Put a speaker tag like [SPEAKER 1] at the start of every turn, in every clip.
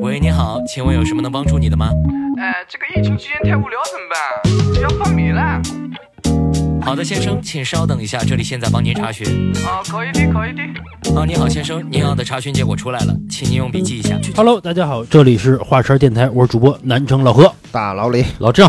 [SPEAKER 1] 喂，你好，请问有什么能帮助你的吗？
[SPEAKER 2] 哎，这个疫情期间太无聊怎么办？要昏迷了。
[SPEAKER 1] 好的，先生，请稍等一下，这里现在帮您查询。
[SPEAKER 2] 啊，可以的，可以的。
[SPEAKER 1] 啊，你好，先生，您要的查询结果出来了，请您用笔记一下。
[SPEAKER 3] Hello，大家好，这里是华山电台，我是主播南城老何、
[SPEAKER 4] 大老李，
[SPEAKER 3] 老郑。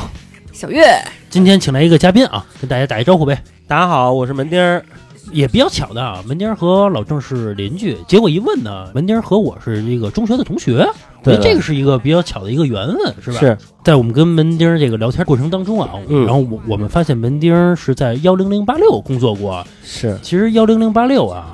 [SPEAKER 5] 小月，
[SPEAKER 3] 今天请来一个嘉宾啊，跟大家打一招呼呗。
[SPEAKER 6] 大家好，我是门钉儿。
[SPEAKER 3] 也比较巧的啊，门钉儿和老郑是邻居，结果一问呢，门钉儿和我是这个中学的同学，我觉
[SPEAKER 6] 对
[SPEAKER 3] 得
[SPEAKER 6] 的
[SPEAKER 3] 这个是一个比较巧的一个缘分，是吧？
[SPEAKER 6] 是
[SPEAKER 3] 在我们跟门钉儿这个聊天过程当中啊，
[SPEAKER 6] 嗯
[SPEAKER 3] 然后我我们发现门钉儿是在幺零零八六工作过，
[SPEAKER 6] 是，
[SPEAKER 3] 其实幺零零八六啊，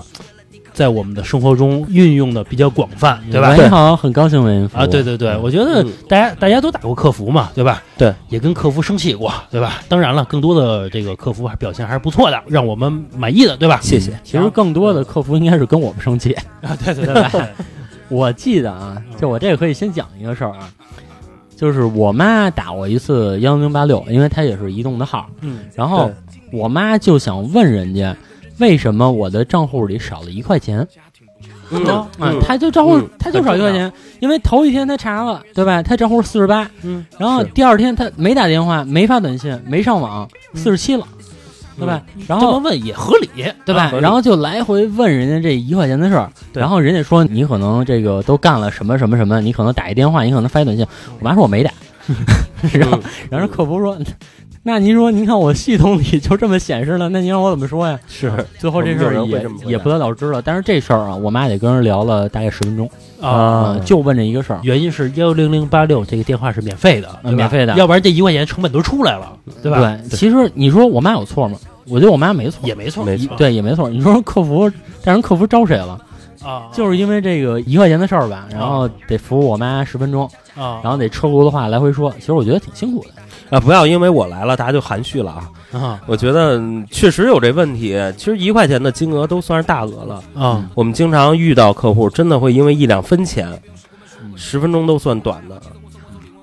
[SPEAKER 3] 在我们的生活中运用的比较广泛，对吧？
[SPEAKER 6] 你好，很高兴为您服务
[SPEAKER 3] 啊，对对对，我觉得大家大家都打过客服嘛，对吧？
[SPEAKER 6] 嗯对，
[SPEAKER 3] 也跟客服生气过，对吧？当然了，更多的这个客服还表现还是不错的，让我们满意的，对吧？
[SPEAKER 6] 谢谢。其实更多的客服应该是跟我们生气。
[SPEAKER 3] 啊，对对对对，
[SPEAKER 6] 我记得啊，就我这个可以先讲一个事儿啊，就是我妈打我一次幺零八六，因为她也是移动的号，
[SPEAKER 3] 嗯，
[SPEAKER 6] 然后我妈就想问人家为什么我的账户里少了一块钱。
[SPEAKER 3] 嗯
[SPEAKER 6] 啊，她就账户
[SPEAKER 3] 嗯，
[SPEAKER 6] 她就少一块钱，因为头一天她查了，对吧？她账户四十八，
[SPEAKER 3] 嗯，
[SPEAKER 6] 然后
[SPEAKER 3] 是
[SPEAKER 6] 第二天她没打电话，没发短信，没上网，四十七了，对吧？然
[SPEAKER 3] 嗯这么
[SPEAKER 6] 后
[SPEAKER 3] 问也啊合理，
[SPEAKER 6] 对吧？然后就来回问人家这一块钱的事儿，然后人家说你可能这个都干了什么什么什么，你可能打一电话，你可能发一短信。我妈说我没打，然后然后客服说，那您说您看我系统里就这么显示了，那您让我怎么说呀？
[SPEAKER 4] 是
[SPEAKER 6] 最后这事
[SPEAKER 4] 我们有人
[SPEAKER 6] 儿
[SPEAKER 4] 会
[SPEAKER 6] 也
[SPEAKER 4] 这么回答
[SPEAKER 6] 也不了了之了。但是这事儿啊，我妈也跟人聊了大概十分钟
[SPEAKER 3] 啊
[SPEAKER 6] 嗯就问这一个事儿。
[SPEAKER 3] 原因是幺零零八六这个电话是免费的，对吧
[SPEAKER 6] 啊免费的
[SPEAKER 3] 要不然这一块钱成本都出来了，对吧？
[SPEAKER 6] 对，其实你说我妈有错吗？我觉得我妈没错，
[SPEAKER 3] 也没错，
[SPEAKER 4] 没
[SPEAKER 6] 一对也没错。你说客服，但是客服招谁了？
[SPEAKER 3] 啊，
[SPEAKER 6] 就是因为这个一块钱的事儿吧，然后得服务我妈十分钟，
[SPEAKER 3] 啊，
[SPEAKER 6] 然后得车轱辘话来回说，其实我觉得挺辛苦的。
[SPEAKER 7] 啊，不要因为我来了，大家就含蓄了啊！
[SPEAKER 3] 啊
[SPEAKER 7] 我觉得嗯确实有这问题。其实一块钱的金额都算是大额了。
[SPEAKER 3] 啊，
[SPEAKER 7] 我们经常遇到客户，真的会因为一两分钱，十分钟都算短的。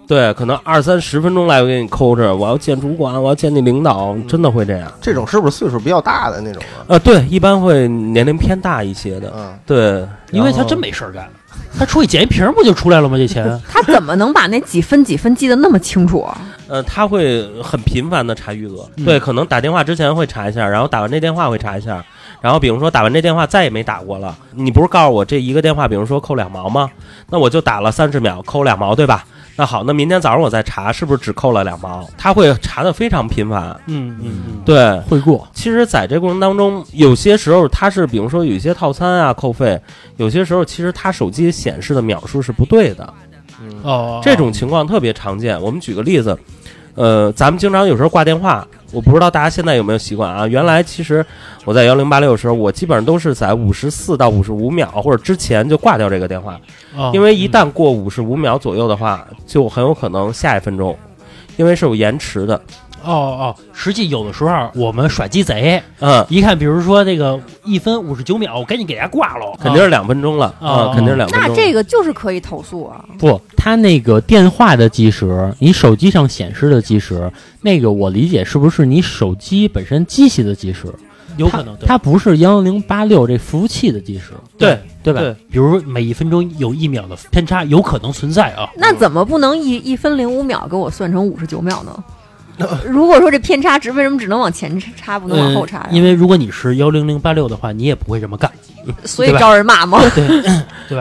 [SPEAKER 7] 对，可能二三十分钟来回给你抠着，我要见主管，我要见你领导，真的会这样。
[SPEAKER 4] 这种是不是岁数比较大的那种啊？
[SPEAKER 7] 啊，对，一般会年龄偏大一些的。
[SPEAKER 4] 嗯，
[SPEAKER 7] 对，
[SPEAKER 3] 因为他真没事儿干， 他出去捡一瓶儿不就出来了吗？这钱
[SPEAKER 5] 他怎么能把那几分几分记得那么清楚啊？
[SPEAKER 7] 呃，他会很频繁的查余额，
[SPEAKER 3] 嗯
[SPEAKER 7] 对，可能打电话之前会查一下，然后打完这电话会查一下，然后比如说打完这电话再也没打过了，你不是告诉我这一个电话，比如说扣两毛吗？那我就打了三十秒，扣两毛，对吧？那好，那明天早上我再查是不是只扣了两毛？他会查的非常频繁，
[SPEAKER 3] 嗯嗯嗯，
[SPEAKER 7] 对。
[SPEAKER 6] 会过，
[SPEAKER 7] 其实，在这过程当中，有些时候他是，比如说有一些套餐啊扣费，有些时候其实他手机显示的秒数是不对的，
[SPEAKER 6] 嗯
[SPEAKER 3] 哦，
[SPEAKER 7] 这种情况特别常见。我们举个例子，呃，咱们经常有时候挂电话，我不知道大家现在有没有习惯啊？原来其实我在幺零八六的时候，我基本上都是在五十四到五十五秒或者之前就挂掉这个电话，
[SPEAKER 3] 哦，
[SPEAKER 7] 因为一旦过五十五秒左右的话，就很有可能下一分钟，因为是有延迟的。
[SPEAKER 3] 哦哦，实际有的时候我们耍鸡贼，
[SPEAKER 7] 嗯，
[SPEAKER 3] 一看，比如说这个一分五十九秒，我赶紧给它挂了，
[SPEAKER 7] 肯定是两分钟了
[SPEAKER 3] 哦
[SPEAKER 7] 啊，肯定是两分
[SPEAKER 5] 那
[SPEAKER 7] 钟。
[SPEAKER 5] 这个就是可以投诉啊。
[SPEAKER 6] 不，他那个电话的计时，你手机上显示的计时，那个我理解是不是你手机本身机器的计时？
[SPEAKER 3] 啊有可能对
[SPEAKER 6] 它不是幺零八六这服务器的计时，
[SPEAKER 7] 对
[SPEAKER 6] 对吧？
[SPEAKER 7] 对
[SPEAKER 3] 比如每一分钟有一秒的偏差，有可能存在啊。
[SPEAKER 5] 那怎么不能一一分零五秒给我算成五十九秒呢？如果说这偏差值为什么只能往前插，不能往后插呀？
[SPEAKER 3] 呃因为如果你是幺零零八六的话，你也不会这么干。
[SPEAKER 5] 所以
[SPEAKER 3] 对吧
[SPEAKER 5] 招人骂吗？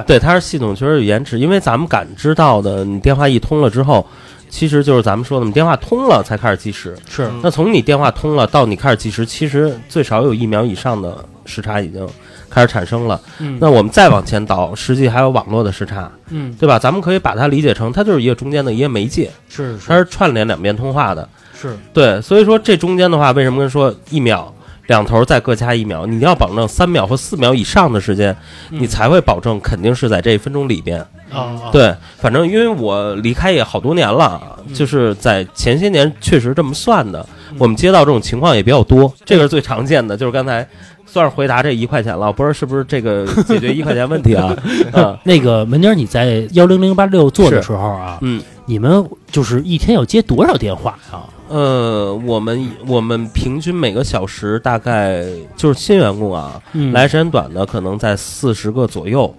[SPEAKER 7] 对，它是系统确实有延迟，因为咱们感知到的，你电话一通了之后，其实就是咱们说的，你电话通了才开始计时。
[SPEAKER 3] 是
[SPEAKER 7] 那从你电话通了到你开始计时，其实最少有一秒以上的时差已经开始产生了。
[SPEAKER 3] 嗯
[SPEAKER 7] 那我们再往前倒，实际还有网络的时差，
[SPEAKER 3] 嗯，
[SPEAKER 7] 对吧？咱们可以把它理解成，它就是一个中间的一个媒介，
[SPEAKER 3] 是
[SPEAKER 7] 它是串联两边通话的。
[SPEAKER 3] 是
[SPEAKER 7] 对，所以说这中间的话，为什么跟说一秒？两头再各加一秒，你要保证三秒或四秒以上的时间，
[SPEAKER 3] 嗯
[SPEAKER 7] 你才会保证肯定是在这一分钟里边。
[SPEAKER 3] 啊，
[SPEAKER 7] 对，反正因为我离开也好多年了，
[SPEAKER 3] 嗯
[SPEAKER 7] 就是在前些年确实这么算的。我们接到这种情况也比较
[SPEAKER 3] 嗯
[SPEAKER 7] 多，这个是最常见的，就是刚才算是回答这一块钱了，不知道是不是这个解决一块钱问 题啊？啊，
[SPEAKER 3] 那个门妮儿，你在幺零零八六做的时候啊，
[SPEAKER 7] 嗯。
[SPEAKER 3] 你们就是一天要接多少电话啊？
[SPEAKER 7] 呃，我们我们平均每个小时大概就是新员工啊，
[SPEAKER 3] 嗯
[SPEAKER 7] 来时间短的可能在四十个左右。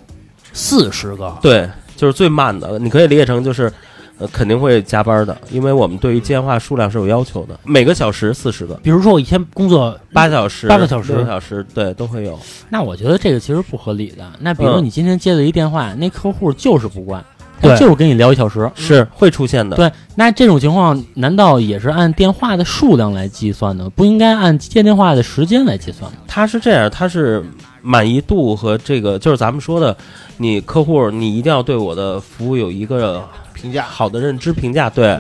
[SPEAKER 3] 四十个，
[SPEAKER 7] 对，就是最慢的。你可以理解成就是，呃，肯定会加班的，因为我们对于接电话数量是有要求的，每个小时四十个，
[SPEAKER 3] 比如说我一天工作
[SPEAKER 7] 八小时、
[SPEAKER 3] 八个小时
[SPEAKER 7] 六个小时，对，都会有。
[SPEAKER 6] 那我觉得这个其实不合理的。那比如
[SPEAKER 7] 嗯
[SPEAKER 6] 你今天接了一电话，那客户就是不挂，他
[SPEAKER 7] 对
[SPEAKER 6] 就是跟你聊一小时。
[SPEAKER 7] 是会出现的，
[SPEAKER 6] 对，那这种情况难道也是按电话的数量来计算的？不应该按接电话的时间来计算吗？
[SPEAKER 7] 它是这样，它是满意度和这个，就是咱们说的，你客户你一定要对我的服务有一个
[SPEAKER 4] 评价
[SPEAKER 7] 好的认知评价，对，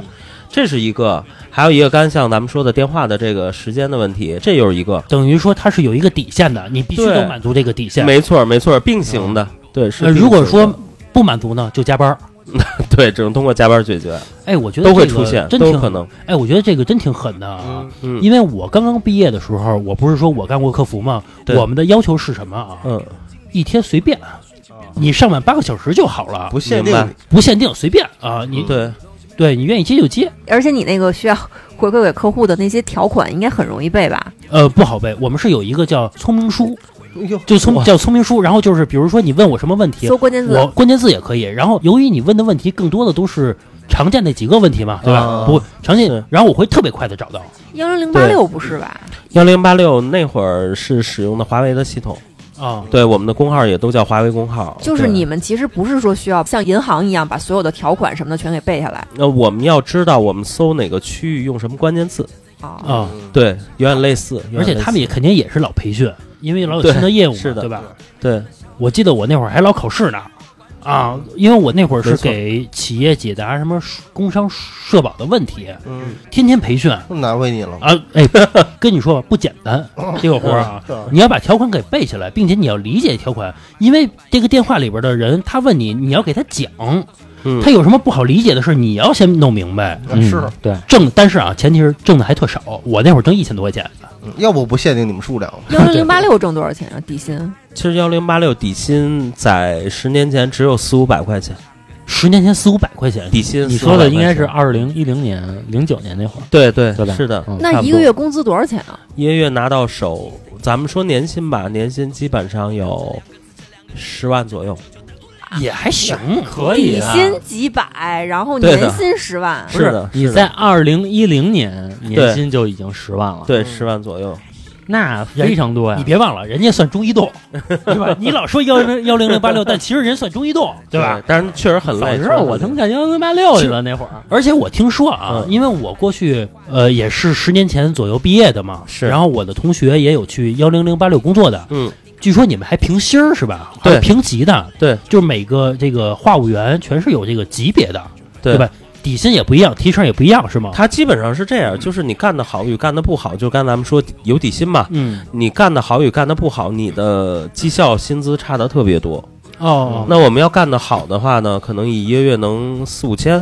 [SPEAKER 7] 这是一个，还有一个刚才像咱们说的电话的这个时间的问题，这又是一个，
[SPEAKER 3] 等于说它是有一个底线的，你必须
[SPEAKER 7] 对
[SPEAKER 3] 都满足这个底线。
[SPEAKER 7] 没错没错，并行的，对是
[SPEAKER 3] 呃，
[SPEAKER 7] 并
[SPEAKER 3] 如
[SPEAKER 7] 行的。
[SPEAKER 3] 果说不满足呢，就加班儿。
[SPEAKER 7] 对，只能通过加班解决，
[SPEAKER 3] 哎，我觉得
[SPEAKER 7] 都会
[SPEAKER 3] 这
[SPEAKER 7] 出
[SPEAKER 3] 个
[SPEAKER 7] 现，
[SPEAKER 3] 真
[SPEAKER 7] 都有
[SPEAKER 3] 挺
[SPEAKER 7] 可能，
[SPEAKER 3] 哎，我觉得这个真挺狠的啊！
[SPEAKER 7] 嗯
[SPEAKER 3] 因为我刚刚毕业的时候，我不是说我干过客服吗？
[SPEAKER 7] 对
[SPEAKER 3] 我们的要求是什么啊？
[SPEAKER 7] 嗯，
[SPEAKER 3] 一天随便，啊你上满八个小时就好了，
[SPEAKER 4] 不限
[SPEAKER 7] 明
[SPEAKER 4] 定
[SPEAKER 7] 白嗯
[SPEAKER 4] 你，
[SPEAKER 3] 不限定，随便啊！你
[SPEAKER 7] 对，
[SPEAKER 3] 对你愿意接就接，
[SPEAKER 5] 而且你那个需要回馈给客户的那些条款，应该很容易背吧？
[SPEAKER 3] 呃，不好背。我们是有一个叫聪明书，
[SPEAKER 4] 哟
[SPEAKER 3] 就聪叫聪明书，然后就是比如说你问我什么问题
[SPEAKER 5] 搜，关键字
[SPEAKER 3] 我关键字也可以。然后由于你问的问题更多的都是常见那几个问题嘛，对吧？
[SPEAKER 4] 啊
[SPEAKER 3] 不常见
[SPEAKER 7] 是，
[SPEAKER 3] 然后我会特别快的找到。
[SPEAKER 5] 幺零零八六不是吧？
[SPEAKER 7] 幺零八六那会儿是使用的华为的系统，
[SPEAKER 3] 啊，
[SPEAKER 7] 对，我们的工号也都叫华为工号，
[SPEAKER 5] 就是
[SPEAKER 7] 对
[SPEAKER 5] 你们其实不是说需要像银行一样把所有的条款什么的全给 背下来
[SPEAKER 7] 那呃我们要知道我们搜哪个区域用什么关键字，
[SPEAKER 5] 啊、
[SPEAKER 3] 啊，
[SPEAKER 7] 对，有点类似。有点
[SPEAKER 3] 而且
[SPEAKER 7] 类似
[SPEAKER 3] 他们也肯定也是老培训，因为老有
[SPEAKER 7] 对
[SPEAKER 3] 新的业务嘛，
[SPEAKER 7] 是的
[SPEAKER 3] 对吧？
[SPEAKER 7] 对，
[SPEAKER 3] 我记得我那会儿还老考试呢，啊，因为我那会儿是
[SPEAKER 7] 没错
[SPEAKER 3] 给企业解答什么工商社保的问题，
[SPEAKER 4] 嗯，
[SPEAKER 3] 天天培训
[SPEAKER 4] 这么难为你了吗？
[SPEAKER 3] 啊，哎， 跟你说吧，不简单，
[SPEAKER 7] 哦
[SPEAKER 3] 这个活儿啊。
[SPEAKER 4] 是吧
[SPEAKER 3] 你要把条款给背下来，并且你要理解条款，因为这个电话里边的人他问你，你要给他讲，
[SPEAKER 7] 嗯
[SPEAKER 3] 他有什么不好理解的事儿，你要先弄明白。
[SPEAKER 4] 啊是
[SPEAKER 6] 嗯，对，
[SPEAKER 3] 挣，但是啊，前提是挣的还特少，我那会儿挣一千多块钱，
[SPEAKER 4] 嗯要不不限定你们数量嘛，
[SPEAKER 5] 幺零零八六挣多少钱啊？底薪？
[SPEAKER 7] 其实幺零八六底薪在十年前只有四五百块钱，
[SPEAKER 3] 十年前四五百块钱，
[SPEAKER 7] 底薪
[SPEAKER 6] 你
[SPEAKER 7] 400
[SPEAKER 6] 说的应该是
[SPEAKER 7] 块钱。
[SPEAKER 6] 二零一零年、零九年那会儿，
[SPEAKER 7] 对对
[SPEAKER 6] 对吧？
[SPEAKER 7] 是的，
[SPEAKER 6] 嗯
[SPEAKER 5] 那一个月工资多少钱啊？
[SPEAKER 7] 一个月拿到手，咱们说年薪吧，年薪基本上有十万左右。
[SPEAKER 3] 也还行，
[SPEAKER 6] 可
[SPEAKER 5] 底
[SPEAKER 6] 以啊。
[SPEAKER 5] 薪几百，然后
[SPEAKER 7] 哎对的
[SPEAKER 5] 年薪十万，
[SPEAKER 6] 不是
[SPEAKER 7] 是的
[SPEAKER 6] 你
[SPEAKER 7] 是的
[SPEAKER 6] 在二零一零年年薪就已经十万了，，
[SPEAKER 7] 对，十万左右。
[SPEAKER 6] 那非常多呀
[SPEAKER 3] 你。别忘了，人家算中移动，对吧？你老说幺零幺零零八六，但其实人算中移动，对吧？？
[SPEAKER 7] 但是确实很累。
[SPEAKER 6] 早知
[SPEAKER 7] 确实
[SPEAKER 6] 道
[SPEAKER 7] 很
[SPEAKER 6] 我
[SPEAKER 7] 累
[SPEAKER 6] 他妈干幺零八六去了那会儿，
[SPEAKER 3] 而且我听说啊，
[SPEAKER 7] 嗯
[SPEAKER 3] 因为我过去呃也是十年前左右毕业的嘛，
[SPEAKER 7] 是
[SPEAKER 3] 然后我的同学也有去幺零零八六工作的，
[SPEAKER 7] 嗯，
[SPEAKER 3] 据说你们还评星儿是吧？
[SPEAKER 7] 对
[SPEAKER 3] 还评级的，
[SPEAKER 7] 对，
[SPEAKER 3] 就是每个这个话务员全是有这个级别的，
[SPEAKER 7] 对
[SPEAKER 3] 吧？底薪也不一样，提成也不一样，是吗？
[SPEAKER 7] 他基本上是这样，就是你干的好与干的不好，就刚才咱们说有底薪嘛，
[SPEAKER 3] 嗯
[SPEAKER 7] 你干的好与干的不好，你的绩效薪资差的特别多。
[SPEAKER 3] 哦，
[SPEAKER 7] 那我们要干得好的话呢，可能一个月能四五千。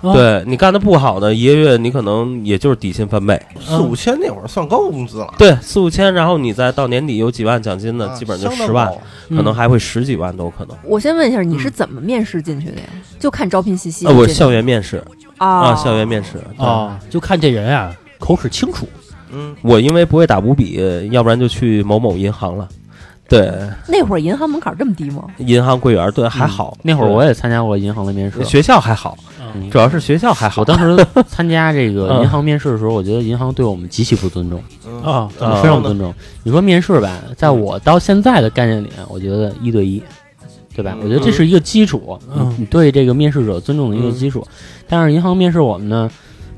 [SPEAKER 3] 哦
[SPEAKER 7] 对你干得不好呢，一个月你可能也就是底薪翻倍，
[SPEAKER 4] 四五千那会儿算高工资了，
[SPEAKER 7] 对，四五千，然后你再到年底有几万奖金呢，
[SPEAKER 4] 啊
[SPEAKER 7] 基本上就
[SPEAKER 4] 相当
[SPEAKER 7] 十万
[SPEAKER 4] 高，了
[SPEAKER 7] 可能还会十几万都有可能。
[SPEAKER 5] 我先问一下，你是怎么面试进去的呀？就看招聘信息
[SPEAKER 7] 嗯呃，我
[SPEAKER 5] 进去
[SPEAKER 7] 校园面试
[SPEAKER 5] 啊
[SPEAKER 7] 啊，校园面试对
[SPEAKER 3] 哦，就看这人啊，口齿清楚，
[SPEAKER 4] 嗯，
[SPEAKER 7] 我因为不会打五笔，要不然就去某某银行了。对，
[SPEAKER 5] 那会儿银行门槛这么低吗？
[SPEAKER 7] 银行柜员，对，还好。
[SPEAKER 6] 那会儿
[SPEAKER 7] 对
[SPEAKER 6] 我也参加过银行的面试。
[SPEAKER 7] 学校还好，
[SPEAKER 3] 嗯
[SPEAKER 7] 主要是学校还 好。
[SPEAKER 6] 我当时参加这个
[SPEAKER 7] 嗯
[SPEAKER 6] 银行面试的时候，我觉得银行对我们极其不尊重，
[SPEAKER 3] 啊嗯
[SPEAKER 6] 真的非常不尊重。你说面试吧，在我到现在的概念里，我觉得一对一，对吧？我觉得这是一个基础，
[SPEAKER 3] 嗯
[SPEAKER 6] 你你对这个面试者尊重的一个基础。但是银行面试我们呢，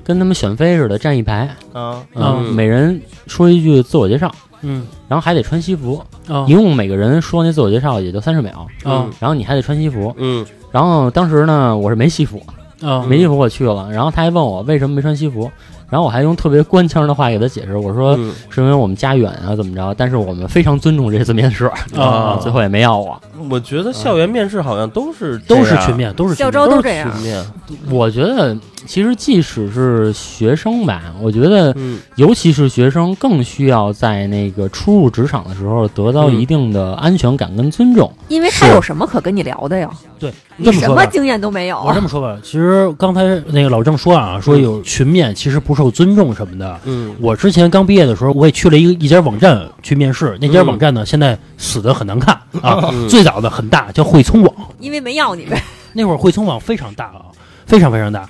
[SPEAKER 6] 跟他们选妃似的站一排，
[SPEAKER 4] 啊，
[SPEAKER 6] 嗯，
[SPEAKER 7] 嗯
[SPEAKER 6] 每人说一句自我介绍，
[SPEAKER 3] 嗯
[SPEAKER 6] 然后还得穿西服，
[SPEAKER 3] 啊
[SPEAKER 7] 哦
[SPEAKER 6] 一共每个人说那自我介绍也就三十秒，
[SPEAKER 3] 啊
[SPEAKER 6] 然后你还得穿西服。
[SPEAKER 7] 嗯，哦
[SPEAKER 6] 然后当时呢，我是没西服，
[SPEAKER 3] 啊
[SPEAKER 6] 没衣服我去了，然后他还问我为什么没穿西服，然后我还用特别官腔的话给他解释，我说
[SPEAKER 7] 嗯
[SPEAKER 6] 是因为我们家远啊，怎么着，但是我们非常尊重这次面试，
[SPEAKER 3] 啊
[SPEAKER 6] 最后也没要我。
[SPEAKER 7] 嗯我觉得校园面试好像都是
[SPEAKER 3] 都是
[SPEAKER 7] 这样啊
[SPEAKER 3] 群，面，都是群
[SPEAKER 5] 校
[SPEAKER 3] 面
[SPEAKER 5] 招都这样
[SPEAKER 7] 群，面。
[SPEAKER 6] 我觉得其实即使是学生吧，我觉得
[SPEAKER 7] 嗯，
[SPEAKER 6] 尤其是学生更需要在那个初入职场的时候得到
[SPEAKER 7] 嗯
[SPEAKER 6] 一定的安全感跟尊重。
[SPEAKER 5] 因为他
[SPEAKER 7] 是
[SPEAKER 5] 有什么可跟你聊的呀？
[SPEAKER 7] 嗯
[SPEAKER 3] 对，
[SPEAKER 5] 你
[SPEAKER 3] 这么
[SPEAKER 5] 什
[SPEAKER 3] 说
[SPEAKER 5] 么
[SPEAKER 3] 吧。
[SPEAKER 5] 经验都没有
[SPEAKER 3] 我这么说吧，其实刚才那个老郑说啊，说有群面其实不受尊重什么的。
[SPEAKER 7] 嗯，
[SPEAKER 3] 我之前刚毕业的时候，我也去了一个一家网站去面试，那家网站呢现在死的很难看啊，最早的很大叫汇聪网，
[SPEAKER 5] 因为没要你呗。
[SPEAKER 3] 那会儿汇通网非常大啊，非常非常大。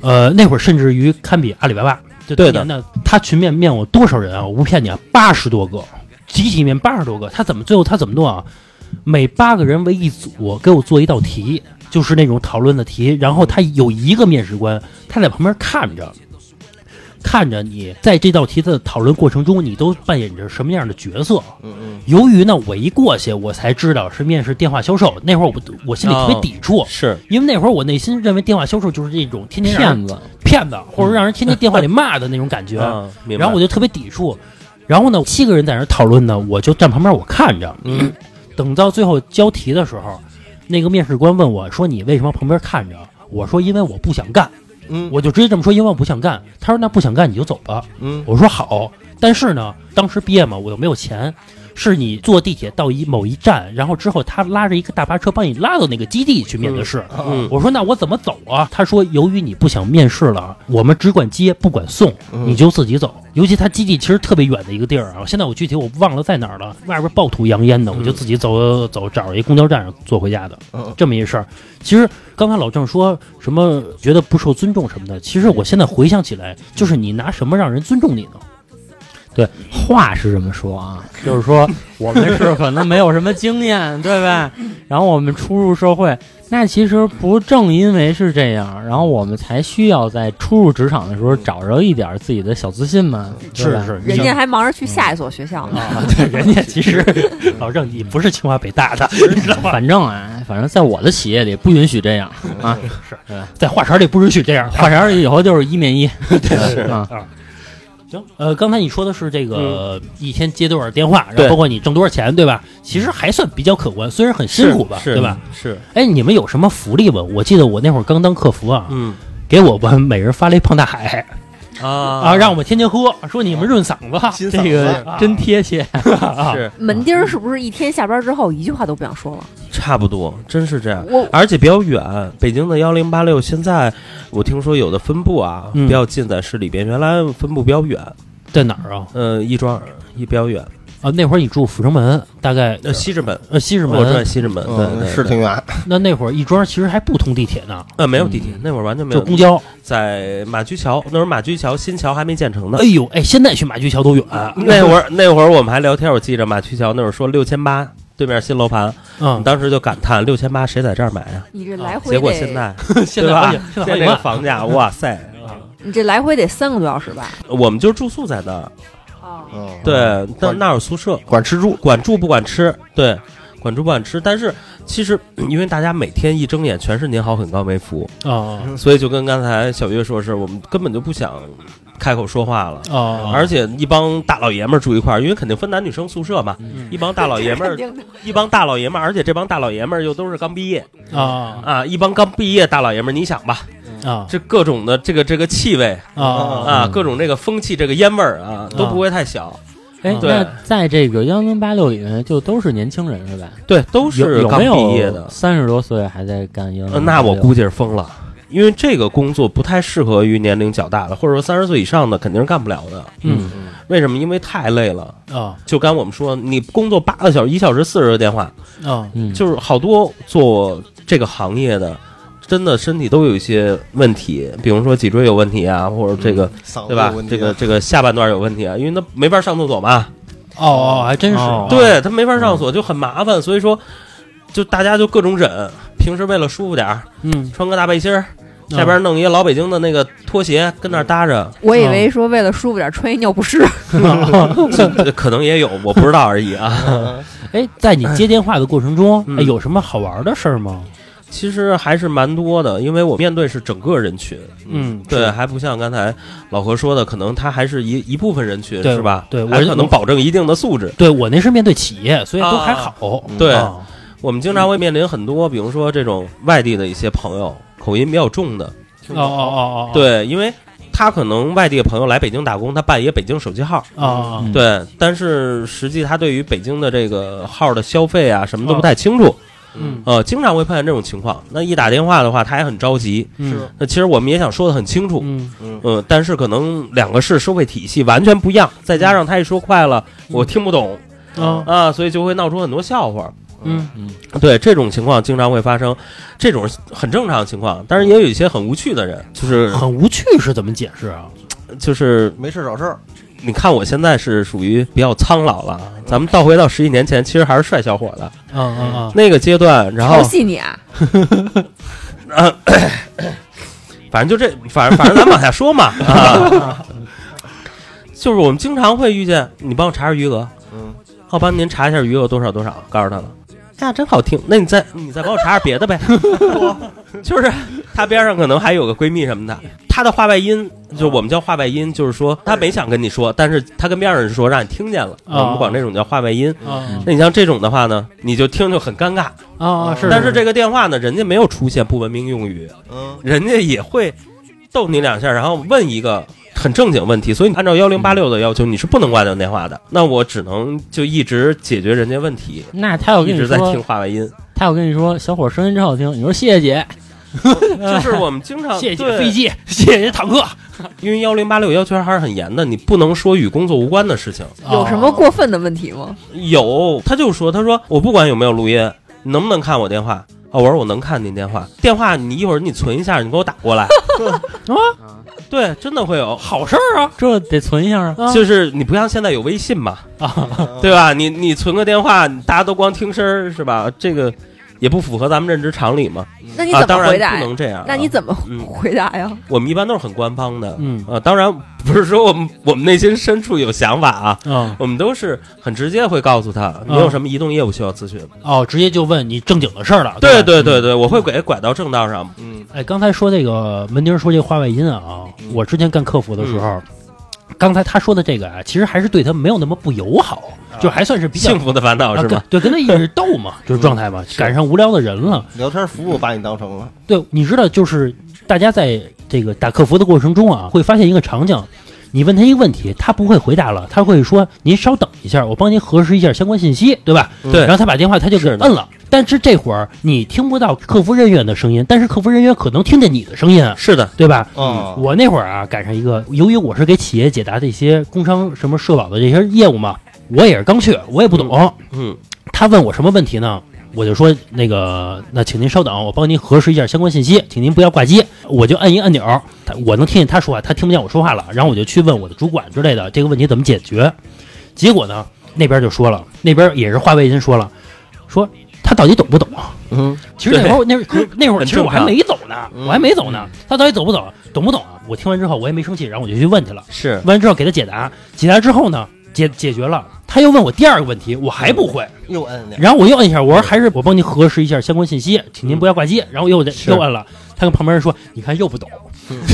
[SPEAKER 3] 呃，那会儿甚至于堪比阿里巴巴。就
[SPEAKER 7] 对的
[SPEAKER 3] 当年呢，他群面面我多少人啊？我不骗你啊，八十多个，集体面八十多个。他怎么最后他怎么弄啊？每八个人为一组，给我做一道题，就是那种讨论的题。然后他有一个面试官，他在旁边看着，看着你在这道题的讨论过程中，你都扮演着什么样的角色？
[SPEAKER 4] 嗯嗯，
[SPEAKER 3] 由于呢，我一过去，我才知道是面试电话销售。那会儿我我心里特别
[SPEAKER 7] 哦
[SPEAKER 3] 抵触，
[SPEAKER 7] 是
[SPEAKER 3] 因为那会儿我内心认为电话销售就是这种天天让人
[SPEAKER 6] 骗子，
[SPEAKER 3] 骗子，或者让人天天电 话里骂的那种感觉。
[SPEAKER 7] 嗯，明白
[SPEAKER 3] 然后我就特别抵触。然后呢，七个人在那儿讨论呢，我就站旁边我看着。
[SPEAKER 7] 嗯，
[SPEAKER 3] 等到最后交题的时候，那个面试官问我说：“你为什么旁边看着？”我说：“因为我不想干。”
[SPEAKER 4] 嗯
[SPEAKER 3] 我就直接这么说，因为我不想干。他说：“那不想干你就走吧。”
[SPEAKER 4] 嗯
[SPEAKER 3] 我说好，但是呢，当时毕业嘛，我又没有钱，是你坐地铁到一某一站，然后之后他拉着一个大巴车帮你拉到那个基地去面的试。
[SPEAKER 7] 嗯
[SPEAKER 3] 我说那我怎么走啊？他说由于你不想面试了，我们只管接不管送，
[SPEAKER 4] 嗯
[SPEAKER 3] 你就自己走。尤其他基地其实特别远的一个地儿啊，现在我具体我忘了在哪儿了，外边暴土扬烟的，我就自己走走走，找一公交站坐回家的
[SPEAKER 4] 嗯，
[SPEAKER 3] 这么一事儿。其实刚才老郑说什么觉得不受尊重什么的，其实我现在回想起来，就是你拿什么让人尊重你呢？
[SPEAKER 6] 对，话是这么说啊，就是说我们是可能没有什么经验，对吧？然后我们初入社会，那其实不正因为是这样，然后我们才需要在初入职场的时候找着一点自己的小自信嘛，对吧
[SPEAKER 3] 是
[SPEAKER 5] 人家还忙着去下一所学校呢。
[SPEAKER 7] 嗯
[SPEAKER 3] 啊， 对，人家其 实老郑你不是清华北大的，嗯你知道吗？
[SPEAKER 6] 反正啊，反正在我的企业里不允许这样啊，
[SPEAKER 3] 在话茬里不允许这样
[SPEAKER 6] 画啥以后就是一 面一，
[SPEAKER 7] 是
[SPEAKER 6] 啊，
[SPEAKER 3] 啊。行，呃，刚才你说的是这个一天接多少电话，然后
[SPEAKER 7] 嗯对
[SPEAKER 3] 包括你挣多少钱，对吧？其实还算比较可观，虽然很辛苦吧，
[SPEAKER 7] 是
[SPEAKER 3] 对吧？？
[SPEAKER 7] 是，
[SPEAKER 3] 哎，你们有什么福利吗？我记得我那会儿刚当客服啊，
[SPEAKER 7] 嗯
[SPEAKER 3] 给我们每人发了一胖大海
[SPEAKER 7] 啊
[SPEAKER 3] 啊，让我们天天喝，说你们润嗓子，
[SPEAKER 4] 新
[SPEAKER 3] 这
[SPEAKER 4] 嗓
[SPEAKER 3] 个
[SPEAKER 4] 子
[SPEAKER 6] 真贴切。
[SPEAKER 3] 啊，
[SPEAKER 7] 是
[SPEAKER 5] 门钉儿是不是一天下班之后一句话都不想说了？
[SPEAKER 7] 差不多，真是这样。
[SPEAKER 5] 我
[SPEAKER 7] 而且比较远，北京的幺零八六现在我听说有的分部啊、
[SPEAKER 3] 嗯
[SPEAKER 7] 比较近，在市里边，原来分部比较远，
[SPEAKER 3] 在哪儿啊？
[SPEAKER 7] 呃，亦庄一比较远，
[SPEAKER 3] 啊，那会儿你住阜成门，大概
[SPEAKER 7] 呃，西直门，
[SPEAKER 3] 呃西直
[SPEAKER 7] 我住在
[SPEAKER 3] 门，
[SPEAKER 7] 西直门，对，
[SPEAKER 4] 嗯，
[SPEAKER 7] 对
[SPEAKER 4] 是
[SPEAKER 7] 对
[SPEAKER 4] 挺远，
[SPEAKER 3] 那那会儿亦庄其实还不通地铁呢，
[SPEAKER 7] 呃，没有地铁，那会儿完全没
[SPEAKER 3] 就
[SPEAKER 7] 有，
[SPEAKER 3] 公交。
[SPEAKER 7] 在马驹桥，那会儿马驹桥新桥还没建成呢
[SPEAKER 3] 哎。呦，哎，现在去马驹桥都远啊，
[SPEAKER 7] 那会儿那会儿我们还聊天，我记着马驹桥那会儿说六千八，对面新楼盘，我
[SPEAKER 3] 嗯
[SPEAKER 7] 们，当时就感叹六千八谁在这儿买呀、
[SPEAKER 5] 你这来回
[SPEAKER 7] 啊结
[SPEAKER 5] 得，
[SPEAKER 7] 果现在
[SPEAKER 3] 现
[SPEAKER 7] 对吧？
[SPEAKER 3] 现在好
[SPEAKER 7] 现在这
[SPEAKER 3] 几
[SPEAKER 7] 个
[SPEAKER 3] 万
[SPEAKER 7] 房价，哇塞！
[SPEAKER 5] 你这来回得三个多小时吧？
[SPEAKER 7] 我们就住宿在那儿，
[SPEAKER 5] 啊，
[SPEAKER 7] 哦
[SPEAKER 4] 嗯，
[SPEAKER 7] 对，但那儿有宿舍，
[SPEAKER 4] 管吃住，
[SPEAKER 7] 管住不管吃，对，管住不管吃。但是其实因为大家每天一睁眼全是您好很高没福，
[SPEAKER 3] 啊
[SPEAKER 7] 所以就跟刚才小月说的是，我们根本就不想开口说话了。
[SPEAKER 3] 啊，
[SPEAKER 7] 而且一帮大老爷们儿住一块儿，因为肯定分男女生宿舍嘛，一帮大老爷们
[SPEAKER 5] 肯
[SPEAKER 7] 儿，
[SPEAKER 5] 定的。
[SPEAKER 7] 一帮大老爷们儿，而且这帮大老爷们儿又都是刚毕业
[SPEAKER 3] 啊
[SPEAKER 7] 啊，一帮刚毕业大老爷们儿，你想吧，
[SPEAKER 3] 啊
[SPEAKER 7] 这各种的这个这个气味
[SPEAKER 3] 啊
[SPEAKER 7] 啊，
[SPEAKER 6] 嗯
[SPEAKER 7] 各种这个风气、这个烟味儿啊，都不会太小，
[SPEAKER 6] 哎，
[SPEAKER 7] 对
[SPEAKER 6] 那在这个幺零八六里面，就都是年轻人是吧？
[SPEAKER 7] 对，都
[SPEAKER 6] 有
[SPEAKER 7] 是
[SPEAKER 6] 有
[SPEAKER 7] 刚
[SPEAKER 6] 没
[SPEAKER 7] 毕业
[SPEAKER 6] 有
[SPEAKER 7] 的。
[SPEAKER 6] 三十多岁还在干英语
[SPEAKER 7] 呃，？那我估计是疯了，因为这个工作不太适合于年龄较大的，或者说三十岁以上的肯定是干不了的。
[SPEAKER 3] 嗯
[SPEAKER 7] 为什么？因为太累了。
[SPEAKER 3] 啊
[SPEAKER 7] 就刚我们说，你工作八个小时，一小时四十个电话，
[SPEAKER 3] 啊
[SPEAKER 6] 嗯，
[SPEAKER 7] 就是好多做这个行业的，真的身体都有一些问题，比如说脊椎有问题啊，或者这个、
[SPEAKER 4] 嗓子有
[SPEAKER 7] 对吧
[SPEAKER 4] 问？题啊
[SPEAKER 7] 这个这个下半段有问题啊，因为他没法上厕所嘛，
[SPEAKER 3] 哦哦，还真是
[SPEAKER 6] 哦
[SPEAKER 7] 对他没法上厕所就很麻烦，所以说就大家就各种忍，平时为了舒服点儿，
[SPEAKER 3] 嗯，
[SPEAKER 7] 穿个大背心儿。下边弄一个老北京的那个拖鞋，跟那儿搭 着，
[SPEAKER 5] 我以为说为了舒服点穿一尿不湿，
[SPEAKER 7] 这可能也有，我不知道而已啊。
[SPEAKER 3] 哎，在你接电话的过程中，
[SPEAKER 7] 嗯
[SPEAKER 3] 哎有什么好玩的事儿吗？
[SPEAKER 7] 其实还是蛮多的，因为我面对是整个人群，
[SPEAKER 3] 嗯
[SPEAKER 7] 对，还不像刚才老何说的，可能他还是一一部分人群，
[SPEAKER 3] 对
[SPEAKER 7] 是吧？
[SPEAKER 3] 对我
[SPEAKER 7] 还可能保证一定的素质。
[SPEAKER 3] 对我那是面对企业，所以都还好。
[SPEAKER 4] 嗯
[SPEAKER 7] 对
[SPEAKER 4] 哦
[SPEAKER 3] 啊
[SPEAKER 7] 我们经常会面临很多，比如说这种外地的一些朋友，口音比较重的，
[SPEAKER 3] 哦哦哦哦，
[SPEAKER 7] 对，因为他可能外地的朋友来北京打工，他办一个北京手机号，
[SPEAKER 3] 啊
[SPEAKER 6] 嗯
[SPEAKER 7] 对，但是实际他对于北京的这个号的消费啊，什么都不太清楚，
[SPEAKER 3] 嗯
[SPEAKER 7] 呃，经常会碰见这种情况。那一打电话的话，他也很着急。
[SPEAKER 3] 是
[SPEAKER 7] 那其实我们也想说的很清楚，
[SPEAKER 3] 嗯
[SPEAKER 7] 嗯，但是可能两个市收费体系完全不一样，再加上他一说快了，我听不懂
[SPEAKER 3] 啊
[SPEAKER 7] 啊，所以就会闹出很多笑话。
[SPEAKER 3] 嗯
[SPEAKER 6] 嗯，
[SPEAKER 7] 对这种情况经常会发生，这种是很正常的情况。但是也有一些很无趣的人，就是
[SPEAKER 3] 很无趣是怎么解释啊？
[SPEAKER 7] 就是
[SPEAKER 4] 没事找事儿，
[SPEAKER 7] 你看我现在是属于比较苍老了，咱们倒回到十几年前，其实还是帅小伙的
[SPEAKER 3] 啊啊啊！
[SPEAKER 7] 那个阶段，然后
[SPEAKER 5] 调戏你啊？
[SPEAKER 7] 反正就这，反正反正咱往下说 嘛啊，就是我们经常会遇见，你帮我查查余额，
[SPEAKER 4] 嗯，
[SPEAKER 7] 好吧，您查一下余额多少多少，告诉他了。哎呀，真好听！那你再你再帮我查查别的 呗，就是她边上可能还有个闺蜜什么的，她的话外音就我们叫话外音，就是说她没想跟你说，但是她跟边上人说让你听见了，
[SPEAKER 3] 哦
[SPEAKER 7] 我们管这种叫话外音。
[SPEAKER 3] 啊
[SPEAKER 7] 那你像这种的话呢，你就听就很尴尬。
[SPEAKER 3] 啊啊！是，
[SPEAKER 7] 嗯但是这个电话呢，人家没有出现不文明用语，
[SPEAKER 4] 嗯，
[SPEAKER 7] 人家也会逗你两下，然后问一个很正经问题。所以按照幺零八六的要求，你是不能挂断电话的。那我只能就一直解决人家问题，
[SPEAKER 6] 那他要
[SPEAKER 7] 一
[SPEAKER 6] 跟你
[SPEAKER 7] 直在听
[SPEAKER 6] 说，
[SPEAKER 7] 话 外音。
[SPEAKER 6] 他要跟你说，小伙声音真好听，你说谢谢姐，
[SPEAKER 7] 就是我们经常
[SPEAKER 6] 谢谢
[SPEAKER 7] 啊对
[SPEAKER 6] 飞机，谢谢坦克，
[SPEAKER 7] 因为幺零八六要求还是很严的，你不能说与工作无关的事情。
[SPEAKER 5] 有什么过分的问题吗？
[SPEAKER 7] 有，他就说，他说我不管有没有录音，你能不能看我电话？啊，我说我能看您电话，电话你一会儿你存一下，你给我打 过来。啊，对，真的会有好事儿啊。
[SPEAKER 6] 这得存一下啊。
[SPEAKER 7] 就是你不像现在有微信嘛， 对吧？你你存个电话，大家都光听声儿是吧？这个也不符合咱们认知常理嘛。
[SPEAKER 5] 那你
[SPEAKER 7] 啊，
[SPEAKER 5] 怎
[SPEAKER 7] 当
[SPEAKER 5] 么
[SPEAKER 7] 然
[SPEAKER 5] 回答
[SPEAKER 7] 不
[SPEAKER 5] 呀？
[SPEAKER 7] 能这样啊、
[SPEAKER 5] 那你怎么
[SPEAKER 7] 嗯
[SPEAKER 5] 回答呀？
[SPEAKER 7] 我们一般都是很官方的，
[SPEAKER 3] 嗯
[SPEAKER 7] 啊，当然不是说我们我们内心深处有想法啊，
[SPEAKER 3] 啊
[SPEAKER 7] 我们都是很直接会告诉他你
[SPEAKER 5] 嗯
[SPEAKER 7] 有什么移动业务需要咨询。
[SPEAKER 3] 哦，直接就问你正经的事儿了。
[SPEAKER 7] 对
[SPEAKER 3] 吧
[SPEAKER 7] 对
[SPEAKER 5] 嗯
[SPEAKER 7] 对对，我会给拐到正道上。
[SPEAKER 4] 嗯
[SPEAKER 3] 哎，刚才说这个门钉说这话外音啊，
[SPEAKER 7] 嗯
[SPEAKER 3] 我之前干客服的时候，刚才他说的这个啊，其实还是对他没有那么不友好，就还算是比较
[SPEAKER 7] 幸福的烦恼
[SPEAKER 3] 啊，
[SPEAKER 7] 是
[SPEAKER 3] 对
[SPEAKER 7] 吧？
[SPEAKER 3] 对，跟他一直斗 嘛，就是状态嘛，赶上无聊的人了。
[SPEAKER 4] 聊天服务把你当成了，
[SPEAKER 3] 对，你知道，就是大家在这个打客服的过程中啊，会发现一个场景。你问他一个问题，他不会回答了，他会说：“您稍等一下，我帮您核实一下相关信息，对吧？”
[SPEAKER 7] 嗯对
[SPEAKER 3] 然后他把电话他就给
[SPEAKER 7] 是的
[SPEAKER 3] 摁了。但是这会儿你听不到客服人员的声音，但是客服人员可能听见你的声音，啊
[SPEAKER 7] 是的，
[SPEAKER 3] 对吧？
[SPEAKER 4] 嗯，
[SPEAKER 3] 我那会儿啊，赶上一个，由于我是给企业解答这些工商什么社保的这些业务嘛，我也是刚去，我也不懂。
[SPEAKER 7] 嗯，
[SPEAKER 3] 他问我什么问题呢？我就说那个，那请您稍等，我帮您核实一下相关信息，请您不要挂机。我就按一按钮，他我能听见他说话，他听不见我说话了。然后我就去问我的主管之类的，这个问题怎么解决？结果呢，那边就说了，那边也是话外音说了，说他到底懂不懂啊？
[SPEAKER 4] 嗯，
[SPEAKER 3] 其实那会儿那会儿那会儿
[SPEAKER 7] 很
[SPEAKER 3] 其实我还
[SPEAKER 7] 正常
[SPEAKER 3] 没走呢，我还没走呢，他到底走不走，懂不懂啊？我听完之后我也没生气，然后我就去问去了。
[SPEAKER 7] 是
[SPEAKER 3] 问完之后给他解答，解答之后呢，解解决了，他又问我第二个问题，我还不会。
[SPEAKER 4] 又摁了，
[SPEAKER 3] 然后我又摁一下，我说还是我帮您核实一下相关信息，请您不要挂
[SPEAKER 6] 嗯
[SPEAKER 3] 机。然后又又摁了，他跟旁边人说：“你 看又不懂，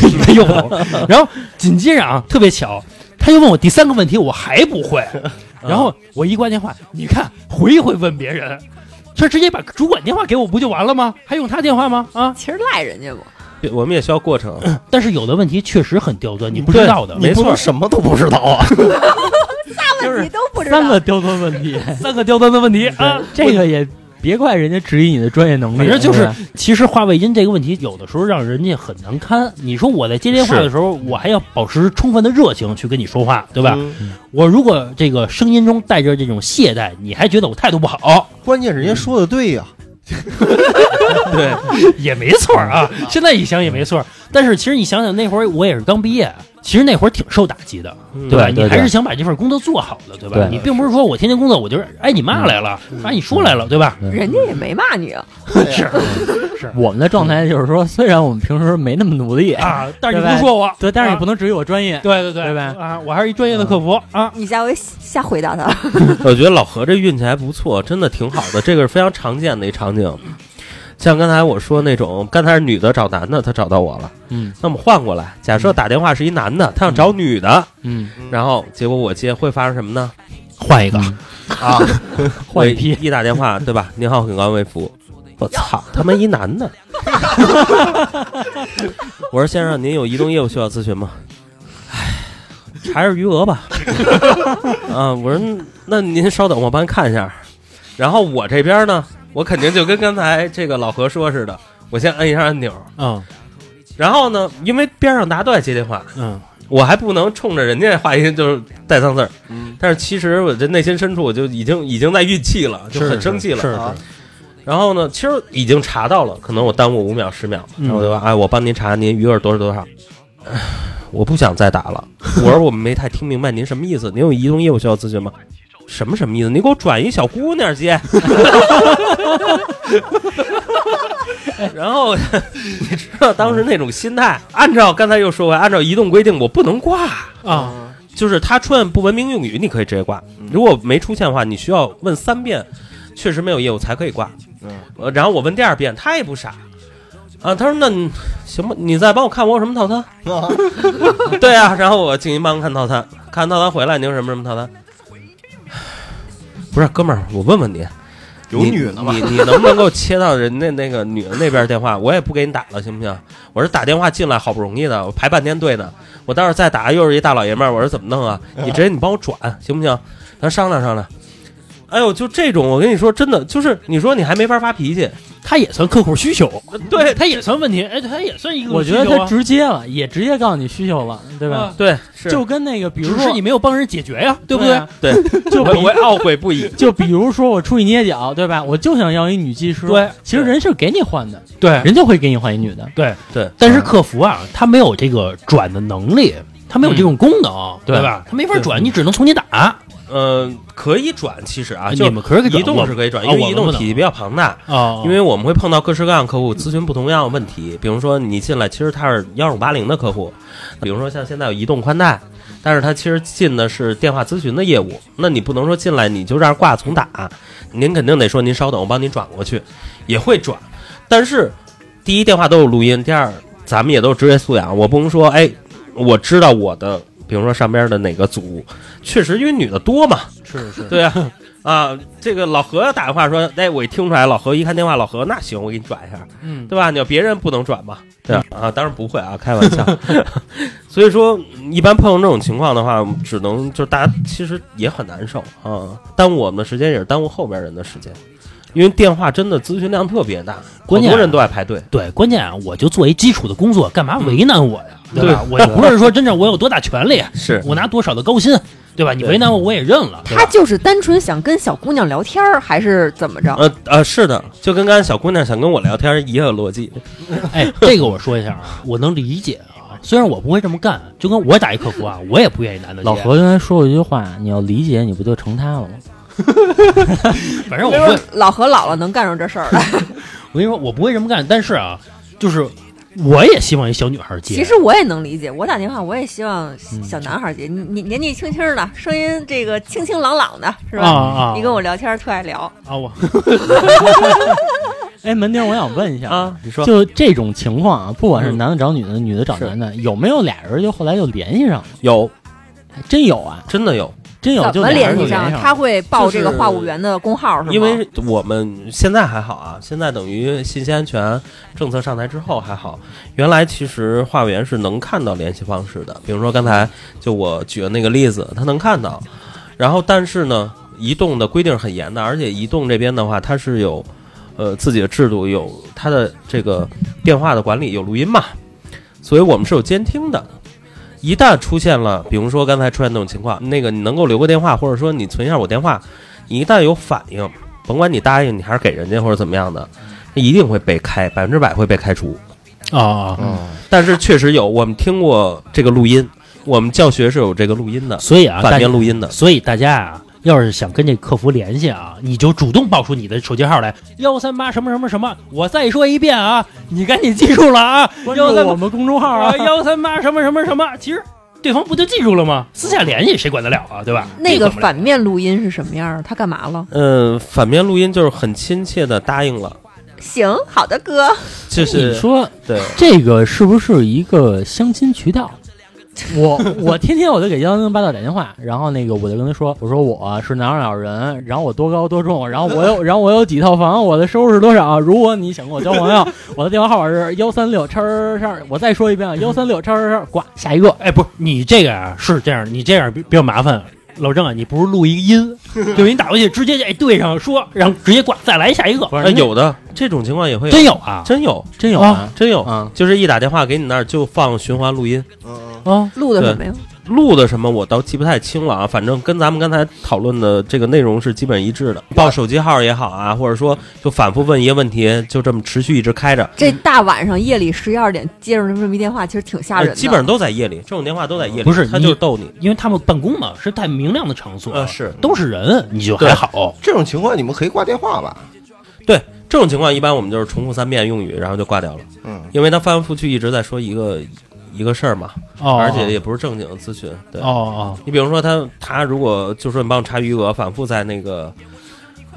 [SPEAKER 3] 你看又不懂。”然后紧接着啊，特别巧，他又问我第三个问题，我还不 会。然后我一挂电话，你看回一回问别人，他直接把主管电话给我不就完了吗？还用他电话吗？啊！
[SPEAKER 5] 其实赖人家嘛，
[SPEAKER 7] 我们也需要 过程。
[SPEAKER 3] 但是有的问题确实很刁钻，你不知道的。
[SPEAKER 7] 没
[SPEAKER 4] 你不
[SPEAKER 7] 错
[SPEAKER 4] 能，什么都不知道啊，
[SPEAKER 5] 大问题都不知道
[SPEAKER 6] 三。个刁钻问题，
[SPEAKER 3] 三个刁钻的问题啊
[SPEAKER 6] 对，这个也别怪人家质疑你的专业能力，啊
[SPEAKER 3] 反正就是是
[SPEAKER 6] 吧，
[SPEAKER 3] 其实话外音这个问题，有的时候让人家很难堪。你说我在接电话的时候，我还要保持充分的热情去跟你说话，对吧？我如果这个声音中带着这种懈怠，你还觉得我态度不好，
[SPEAKER 4] 关键是人家说的对呀，
[SPEAKER 7] 对，
[SPEAKER 3] 也没错儿啊。现在一想也没错儿，但是其实你想想，那会儿我也是刚毕业，其实那会儿挺受打击的，嗯对吧？
[SPEAKER 6] 对对
[SPEAKER 3] 你还是想把这份工作做好的，对吧？
[SPEAKER 6] 对
[SPEAKER 3] 你并不是说我天天工作，我就是哎你妈来了，哎你叔来了，对吧？
[SPEAKER 5] 人家也没骂你啊，
[SPEAKER 4] 是
[SPEAKER 6] 我们的状态就是说，虽然我们平时没那么努力，
[SPEAKER 3] 啊，但是你
[SPEAKER 6] 对吧
[SPEAKER 3] 不说我，
[SPEAKER 6] 对，但是
[SPEAKER 3] 啊
[SPEAKER 6] 你不能质疑我专业。
[SPEAKER 3] 对对对
[SPEAKER 6] 对吧
[SPEAKER 3] 啊，我还是一专业的客服啊。
[SPEAKER 5] 你下回瞎回答他。
[SPEAKER 7] 我觉得老何这运气还不错，真的挺好的。这个是非常常见的一场景，像刚才我说那种，刚才是女的找男的，他找到我了。
[SPEAKER 6] 嗯
[SPEAKER 7] 那我们换过来，假设打电话是一男的，他想找女的，
[SPEAKER 6] 嗯，
[SPEAKER 7] 然后结果我接，会发生什么呢？
[SPEAKER 3] 换一个，
[SPEAKER 7] 啊，
[SPEAKER 6] 换一批
[SPEAKER 7] 我一打电话，对吧？您好，很高贵服务。我操，他妈一男的！我说先生，您有移动业务需要咨询吗？唉，查查余额吧。啊，我说那您稍等，我帮您看一下。然后我这边呢，我肯定就跟刚才这个老何说似的，我先摁一下按钮。
[SPEAKER 3] 嗯
[SPEAKER 7] 然后呢，因为边上大家都在接电话，
[SPEAKER 3] 嗯
[SPEAKER 7] 我还不能冲着人家话音就是带脏字儿。
[SPEAKER 4] 嗯，
[SPEAKER 7] 但是其实我这内心深处我就已经已经在运气了，就是很生气了。
[SPEAKER 3] 是是
[SPEAKER 4] 啊
[SPEAKER 7] 然后呢，其实已经查到了，可能我耽误五秒十秒，
[SPEAKER 3] 嗯
[SPEAKER 7] 然后我就说，哎，我帮您查您余额多少多少。唉我不想再打了。我说我没太听明白您什么意思，您有移动业务需要咨询吗？什么什么意思？你给我转一小姑娘接。然后 你知道当时那种心态，按照刚才又说回来，按照移动规定，我不能挂，
[SPEAKER 3] 啊，
[SPEAKER 7] 就是他出现不文明用语，你可以直接挂；如果没出现的话，你需要问三遍，确实没有业务才可以挂。
[SPEAKER 4] 嗯
[SPEAKER 7] 呃，然后我问第二遍，他也不傻。啊，他说那你行吧，你再帮我看我有什么套餐。
[SPEAKER 4] 啊
[SPEAKER 7] 对啊，然后我进一帮看套餐，看套餐回来，你有什么什么套餐？ 不是，哥们儿，我问问你，
[SPEAKER 4] 有
[SPEAKER 7] 你
[SPEAKER 4] 女的吗
[SPEAKER 7] 你你能不能给我切到人那那个女的那边电话？我也不给你打了，行不行？我是打电话进来，好不容易的，我排半天队呢。我待会儿再打，又是一大老爷们儿，我说怎么弄啊？你直接你帮我转，行不行？咱商量商量。哎呦，就这种，我跟你说，真的就是，你说你还没法发脾气，
[SPEAKER 3] 他也算客户需求，
[SPEAKER 7] 对
[SPEAKER 3] 他也算问题，哎，他也算一个
[SPEAKER 6] 我觉得他直接了，也直接告诉你需求了，对吧？
[SPEAKER 3] 啊
[SPEAKER 7] 对，是
[SPEAKER 6] 就跟那个，比如
[SPEAKER 3] 只
[SPEAKER 6] 说
[SPEAKER 3] 是你没有帮人解决呀，对不
[SPEAKER 6] 对啊？
[SPEAKER 7] 对，
[SPEAKER 6] 就
[SPEAKER 7] 我
[SPEAKER 6] 比
[SPEAKER 7] 我懊悔不已。
[SPEAKER 6] 就比如说我出去捏脚，对吧？我就想要一女技师，
[SPEAKER 3] 对，
[SPEAKER 6] 其实人是给你换的，
[SPEAKER 3] 对
[SPEAKER 6] 人就会给你换一女的，
[SPEAKER 3] 对
[SPEAKER 7] 对。
[SPEAKER 3] 但是客服啊，他没有这个转的能力，他没有这种功能，嗯
[SPEAKER 6] 对
[SPEAKER 3] 对吧？他没法转，你只能从你打。
[SPEAKER 7] 呃，可以转，其实啊，
[SPEAKER 3] 哎你
[SPEAKER 7] 就
[SPEAKER 3] 们可以转
[SPEAKER 7] 移动是可以转，
[SPEAKER 3] 我
[SPEAKER 7] 因
[SPEAKER 3] 们
[SPEAKER 7] 为
[SPEAKER 3] 啊
[SPEAKER 7] 移
[SPEAKER 3] 我
[SPEAKER 7] 动
[SPEAKER 3] 们不能
[SPEAKER 7] 体系比较庞大，
[SPEAKER 3] 哦
[SPEAKER 7] 因为我们会碰到各式各样客户咨询不同样的问题。比如说你进来，其实他是幺五八零的客户，比如说像现在有移动宽带，但是他其实进的是电话咨询的业务，那你不能说进来你就这样挂重打，您肯定得说您稍等，我帮您转过去，也会转，但是第一电话都有录音，第二咱们也都是职业素养，我不能说哎，我知道我的。比如说上边的哪个组，确实因为女的多嘛，
[SPEAKER 3] 是是，
[SPEAKER 7] 对啊，啊，这个老何打电话说，哎，我一听出来，老何一看电话，老何那行，我给你转一下，
[SPEAKER 3] 嗯，
[SPEAKER 7] 对吧？你要别人不能转吧？对啊，啊当然不会啊，开玩笑。 所以说，一般碰到这种情况的话，只能就是大家其实也很难受啊，耽误我们的时间，也是耽误后边人的时间。因为电话真的咨询量特别大，
[SPEAKER 3] 关键
[SPEAKER 7] 好多人都爱排队。
[SPEAKER 3] 对，关键啊，我就做一基础的工作，干嘛为难我呀？对吧？我也不是说真正我有多大权利，
[SPEAKER 7] 是
[SPEAKER 3] 我拿多少的高薪，对吧？你
[SPEAKER 7] 对
[SPEAKER 3] 为难我，我也认了。对啊
[SPEAKER 5] 他
[SPEAKER 3] 吧
[SPEAKER 5] 就是单纯想跟小姑娘聊天儿，还是怎么着？
[SPEAKER 7] 呃呃，是的，就跟刚才小姑娘想跟我聊天一个逻辑。
[SPEAKER 3] 哎，这个我说一下啊，我能理解啊，虽然我不会这么干，就跟我打一客服啊，我也不愿意男的接
[SPEAKER 6] 老何刚才说过一句话，你要理解，你不就成他了吗？
[SPEAKER 3] 反正我
[SPEAKER 5] 就
[SPEAKER 3] 不会
[SPEAKER 5] 是，老何老了能干出这事儿来。
[SPEAKER 3] 我跟你说，我不会这么干，但是啊，就是我也希望一小女孩接。
[SPEAKER 5] 其实我也能理解，我打电话我也希望小男孩儿接，你你年纪轻轻的，声音这个清清朗朗的，是吧？
[SPEAKER 3] 啊啊
[SPEAKER 5] 你跟我聊天儿特爱聊，
[SPEAKER 3] 啊，我
[SPEAKER 6] 哎，门丁，我想问一下
[SPEAKER 7] 啊你说
[SPEAKER 6] 就这种情况啊，不管是男的找女的，女的找男的，有没有俩人就后来就联系上了？
[SPEAKER 7] 有，
[SPEAKER 6] 还真有啊，
[SPEAKER 7] 真的有，
[SPEAKER 6] 真有，
[SPEAKER 5] 怎
[SPEAKER 6] 就
[SPEAKER 5] 么
[SPEAKER 6] 俩
[SPEAKER 5] 联
[SPEAKER 6] 人就
[SPEAKER 5] 系
[SPEAKER 6] 上
[SPEAKER 5] 上？
[SPEAKER 6] 了
[SPEAKER 5] 他会报这个
[SPEAKER 7] 就是
[SPEAKER 5] 话务员的工号是吗？
[SPEAKER 7] 因为我们现在还好啊，现在等于信息安全政策上台之后还好。原来其实话务员是能看到联系方式的，比如说刚才就我举的那个例子，他能看到。然后但是呢，移动的规定很严的，而且移动这边的话，它是有呃自己的制度，有它的这个电话的管理，有录音嘛，所以我们是有监听的。一旦出现了，比如说刚才出现那种情况，那个你能够留个电话，或者说你存一下我电话，你一旦有反应，甭管你答应你还是给人家或者怎么样的，一定会被开，百分之百会被开除。
[SPEAKER 3] 啊，
[SPEAKER 7] 但是确实有，我们听过这个录音，我们教学是有这个录音的，
[SPEAKER 3] 所以啊，
[SPEAKER 7] 反
[SPEAKER 3] 大家
[SPEAKER 7] 面录音的。
[SPEAKER 3] 所以大家啊，要是想跟这客服联系啊，你就主动报出你的手机号来，幺三八什么什么什么，我再说一遍啊，你赶紧记住了啊，
[SPEAKER 6] 关注
[SPEAKER 3] 幺三
[SPEAKER 6] 我们公众号啊
[SPEAKER 3] 八，幺三八什么什么什么，其实对方不就记住了吗？私下联系谁管得了啊，对吧？
[SPEAKER 5] 那
[SPEAKER 3] 谁
[SPEAKER 5] 个
[SPEAKER 3] 管不了
[SPEAKER 5] 反面录音是什么样儿？他干嘛了？
[SPEAKER 7] 嗯、哎反面录音就是很亲切的答应了，
[SPEAKER 5] 行，好的，哥，
[SPEAKER 7] 就
[SPEAKER 6] 你
[SPEAKER 7] 是
[SPEAKER 6] 说
[SPEAKER 7] 对，
[SPEAKER 6] 这个是不是一个相亲渠道？我我天天我就给幺零零八道打电话，然后那个我就跟他说，我说我是哪儿哪儿人，然后我多高多重，然后我有然后我有几套房，我的收入是多少？如果你想跟我交朋友，我的电话号码是幺三六叉叉叉，我再说一遍啊，幺三六叉叉叉，挂下一个。
[SPEAKER 3] 哎，不是你这个啊，是这样，你这样比比较麻烦。老郑啊，你不如录一个 音，就是你打过去直接哎对上说，然后直接挂，再来下一个。哎
[SPEAKER 6] 不是
[SPEAKER 7] 呃、有的这种情况也会有，
[SPEAKER 3] 真有啊？
[SPEAKER 7] 真有，
[SPEAKER 6] 真有
[SPEAKER 3] 啊
[SPEAKER 6] 啊
[SPEAKER 7] 真有，
[SPEAKER 6] 啊！
[SPEAKER 7] 就是一打电话给你那儿就放循环录音，
[SPEAKER 4] 嗯
[SPEAKER 5] 哦
[SPEAKER 3] 啊，
[SPEAKER 5] 录的什么呀？
[SPEAKER 7] 录的什么我倒记不太清了啊，反正跟咱们刚才讨论的这个内容是基本一致的。报手机号也好啊，或者说就反复问一个问题，就这么持续一直开着，
[SPEAKER 5] 这大晚上夜里十一二点接上这么一电话，其实挺吓人
[SPEAKER 7] 呃
[SPEAKER 5] 的。
[SPEAKER 7] 基本上都在夜里，这种电话都在夜里，
[SPEAKER 3] 不是
[SPEAKER 7] 他
[SPEAKER 3] 你
[SPEAKER 7] 就是逗你。
[SPEAKER 3] 因为他们办公嘛是太明亮的场所，
[SPEAKER 7] 呃是
[SPEAKER 3] 都是人，你就还好。
[SPEAKER 4] 这种情况你们可以挂电话吧？
[SPEAKER 7] 对这种情况，一般我们就是重复三遍用语，然后就挂掉了，
[SPEAKER 4] 嗯，
[SPEAKER 7] 因为他翻来覆去一直在说一个一个事儿嘛，
[SPEAKER 3] 哦，
[SPEAKER 7] 而且也不是正经的咨询。对，
[SPEAKER 3] 哦哦，
[SPEAKER 7] 你比如说他他如果就说你帮我查余额，反复在那个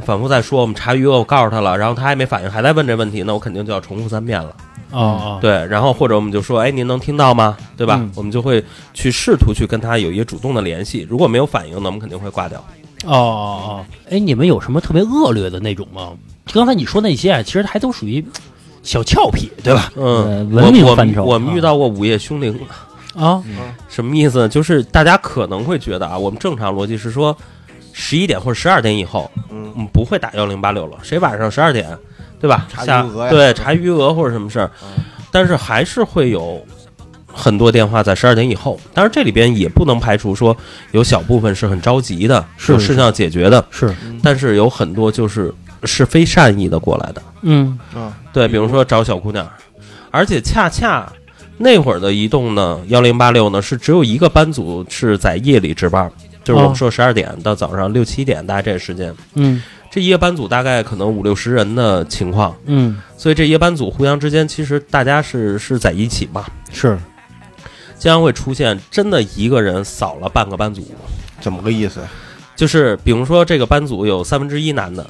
[SPEAKER 7] 反复在说我们查余额，我告诉他了，然后他还没反应，还在问这问题，那我肯定就要重复三遍了。
[SPEAKER 3] 哦哦，
[SPEAKER 7] 对，然后或者我们就说，哎，您能听到吗？对吧？
[SPEAKER 3] 嗯
[SPEAKER 7] 我们就会去试图去跟他有一个主动的联系，如果没有反应，那我们肯定会挂掉。
[SPEAKER 3] 哦哦哦，哎，你们有什么特别恶劣的那种吗？刚才你说那些啊，其实还都属于小俏皮，对吧？
[SPEAKER 6] 呃
[SPEAKER 7] 嗯，
[SPEAKER 6] 文
[SPEAKER 7] 我
[SPEAKER 6] 明
[SPEAKER 7] 我
[SPEAKER 6] 范
[SPEAKER 7] 们
[SPEAKER 6] 畴
[SPEAKER 7] 我们
[SPEAKER 6] 啊
[SPEAKER 7] 遇到过午夜凶铃，
[SPEAKER 3] 啊，
[SPEAKER 7] 什么意思呢？就是大家可能会觉得啊，我们正常逻辑是说，十一点或者十二点以后，
[SPEAKER 4] 嗯
[SPEAKER 7] 我们不会打幺零八六了。谁晚上十二点，对吧？
[SPEAKER 4] 查
[SPEAKER 7] 下
[SPEAKER 4] 余额呀嗯
[SPEAKER 7] 对，查余额或者什么事儿，但是还是会有很多电话在十二点以后。当然，这里边也不能排除说有小部分是很着急的，
[SPEAKER 3] 是
[SPEAKER 7] 有事情要解决的，
[SPEAKER 3] 是，
[SPEAKER 7] 但是有很多就是是非善意的过来的。
[SPEAKER 3] 嗯，
[SPEAKER 7] 对，比如说找小姑娘，而且恰恰那会儿的移动呢，幺零八六呢是只有一个班组是在夜里值班，就是
[SPEAKER 4] 哦
[SPEAKER 7] 我们说十二点到早上六七点，大概这个时间，
[SPEAKER 3] 嗯
[SPEAKER 7] 这一个班组大概可能五六十人的情况，
[SPEAKER 3] 嗯，
[SPEAKER 7] 所以这一个班组互相之间其实大家是是在一起嘛，
[SPEAKER 3] 是，
[SPEAKER 7] 经常会出现真的一个人扫了半个班组，
[SPEAKER 4] 怎么个意思？
[SPEAKER 7] 就是比如说这个班组有三分之一男的，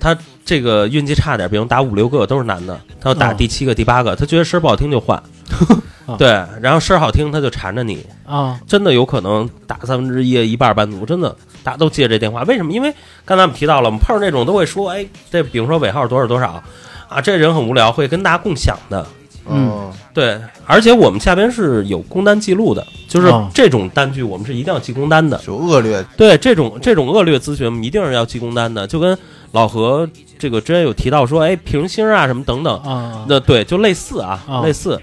[SPEAKER 7] 他这个运气差点，比如打五六个都是男的，他要打
[SPEAKER 3] 哦
[SPEAKER 7] 第七个、第八个，他觉得声儿不好听就换
[SPEAKER 3] 啊，
[SPEAKER 7] 对，然后声儿好听他就缠着你，
[SPEAKER 3] 啊，
[SPEAKER 7] 真的有可能打三分之一、一半班组，真的大家都接这电话，为什么？因为刚才我们提到了，我们碰上这种都会说，哎，这比如说尾号多少多少啊，这人很无聊，会跟大家共享的。
[SPEAKER 3] 嗯
[SPEAKER 4] 哦，
[SPEAKER 7] 对，而且我们下边是有工单记录的，就是
[SPEAKER 3] 哦
[SPEAKER 7] 这种单据我们是一定要记工单的。
[SPEAKER 4] 就恶劣，
[SPEAKER 7] 对这种这种恶劣咨询，我们一定是要记工单的。就跟老何这个之前有提到说，哎，平星啊什么等等，
[SPEAKER 3] 啊，
[SPEAKER 7] 那对就类似啊，
[SPEAKER 3] 啊
[SPEAKER 7] 类似，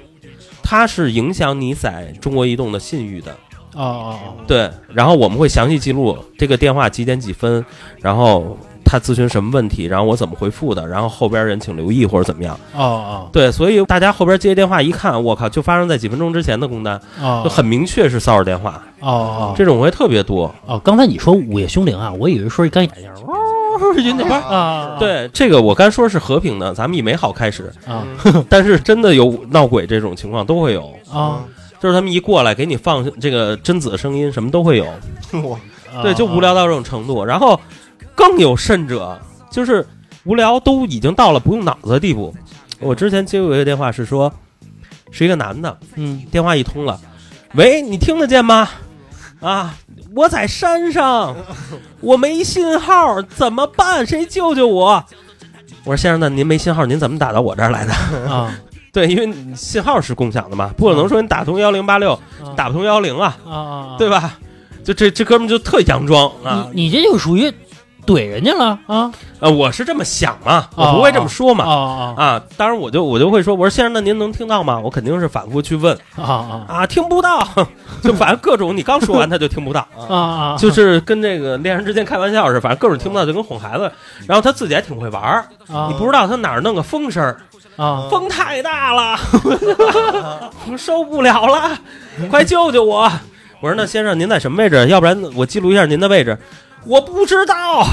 [SPEAKER 7] 它是影响你在中国移动的信誉的。
[SPEAKER 3] 哦哦
[SPEAKER 7] 对，然后我们会详细记录这个电话几点几分，然后他咨询什么问题，然后我怎么回复的，然后后边人请留意或者怎么样。
[SPEAKER 3] 哦哦
[SPEAKER 7] 对，所以大家后边接电话一看，我靠，就发生在几分钟之前的工单，
[SPEAKER 3] 哦，
[SPEAKER 7] 就很明确是骚扰电话，
[SPEAKER 3] 哦哦
[SPEAKER 7] 这种会特别多。
[SPEAKER 3] 哦，刚才你说午夜凶铃啊，我以为说是干眼睛，哦， 就那边啊，
[SPEAKER 7] 对，这个我刚说是和平的，咱们以美好开始，
[SPEAKER 3] 啊
[SPEAKER 7] 但是真的有闹鬼这种情况都会有，
[SPEAKER 3] 啊，
[SPEAKER 7] 就是他们一过来给你放这个贞子的声音，什么都会有，
[SPEAKER 4] 我
[SPEAKER 3] 啊
[SPEAKER 7] 对，就无聊到这种程度。然后更有甚者，就是无聊都已经到了不用脑子的地步。我之前接过一个电话是说，是一个男的，
[SPEAKER 3] 嗯
[SPEAKER 7] 电话一通了，喂，你听得见吗？啊，我在山上，我没信号，怎么办？谁救救我？我说先生，那您没信号，您怎么打到我这儿来的？
[SPEAKER 3] 啊
[SPEAKER 7] 对，因为你信号是共享的嘛，不可能说你打通幺零八六，打不通幺零啊，
[SPEAKER 3] 啊，
[SPEAKER 7] 对吧？就这这哥们就特佯装啊，
[SPEAKER 3] 你你这就属于怼人家了啊
[SPEAKER 7] 呃，我是这么想嘛，我不会这么说嘛。
[SPEAKER 3] 啊啊
[SPEAKER 7] 啊，当然我就我就会说，我说先生，那您能听到吗？我肯定是反复去问
[SPEAKER 3] 啊
[SPEAKER 7] 啊，听不到， 就反正各种你刚说完他就听不到，
[SPEAKER 3] 啊啊，
[SPEAKER 7] 就是跟这个恋人之间开玩笑似的，反正各种听不到就跟哄孩子。然后他自己还挺会玩儿，你不知道他哪儿弄个风声儿，
[SPEAKER 3] 啊
[SPEAKER 7] 风太大 了，我受不了了，快救救我！我说那先生您在什么位置？要不然我记录一下您的位置。我不知 道，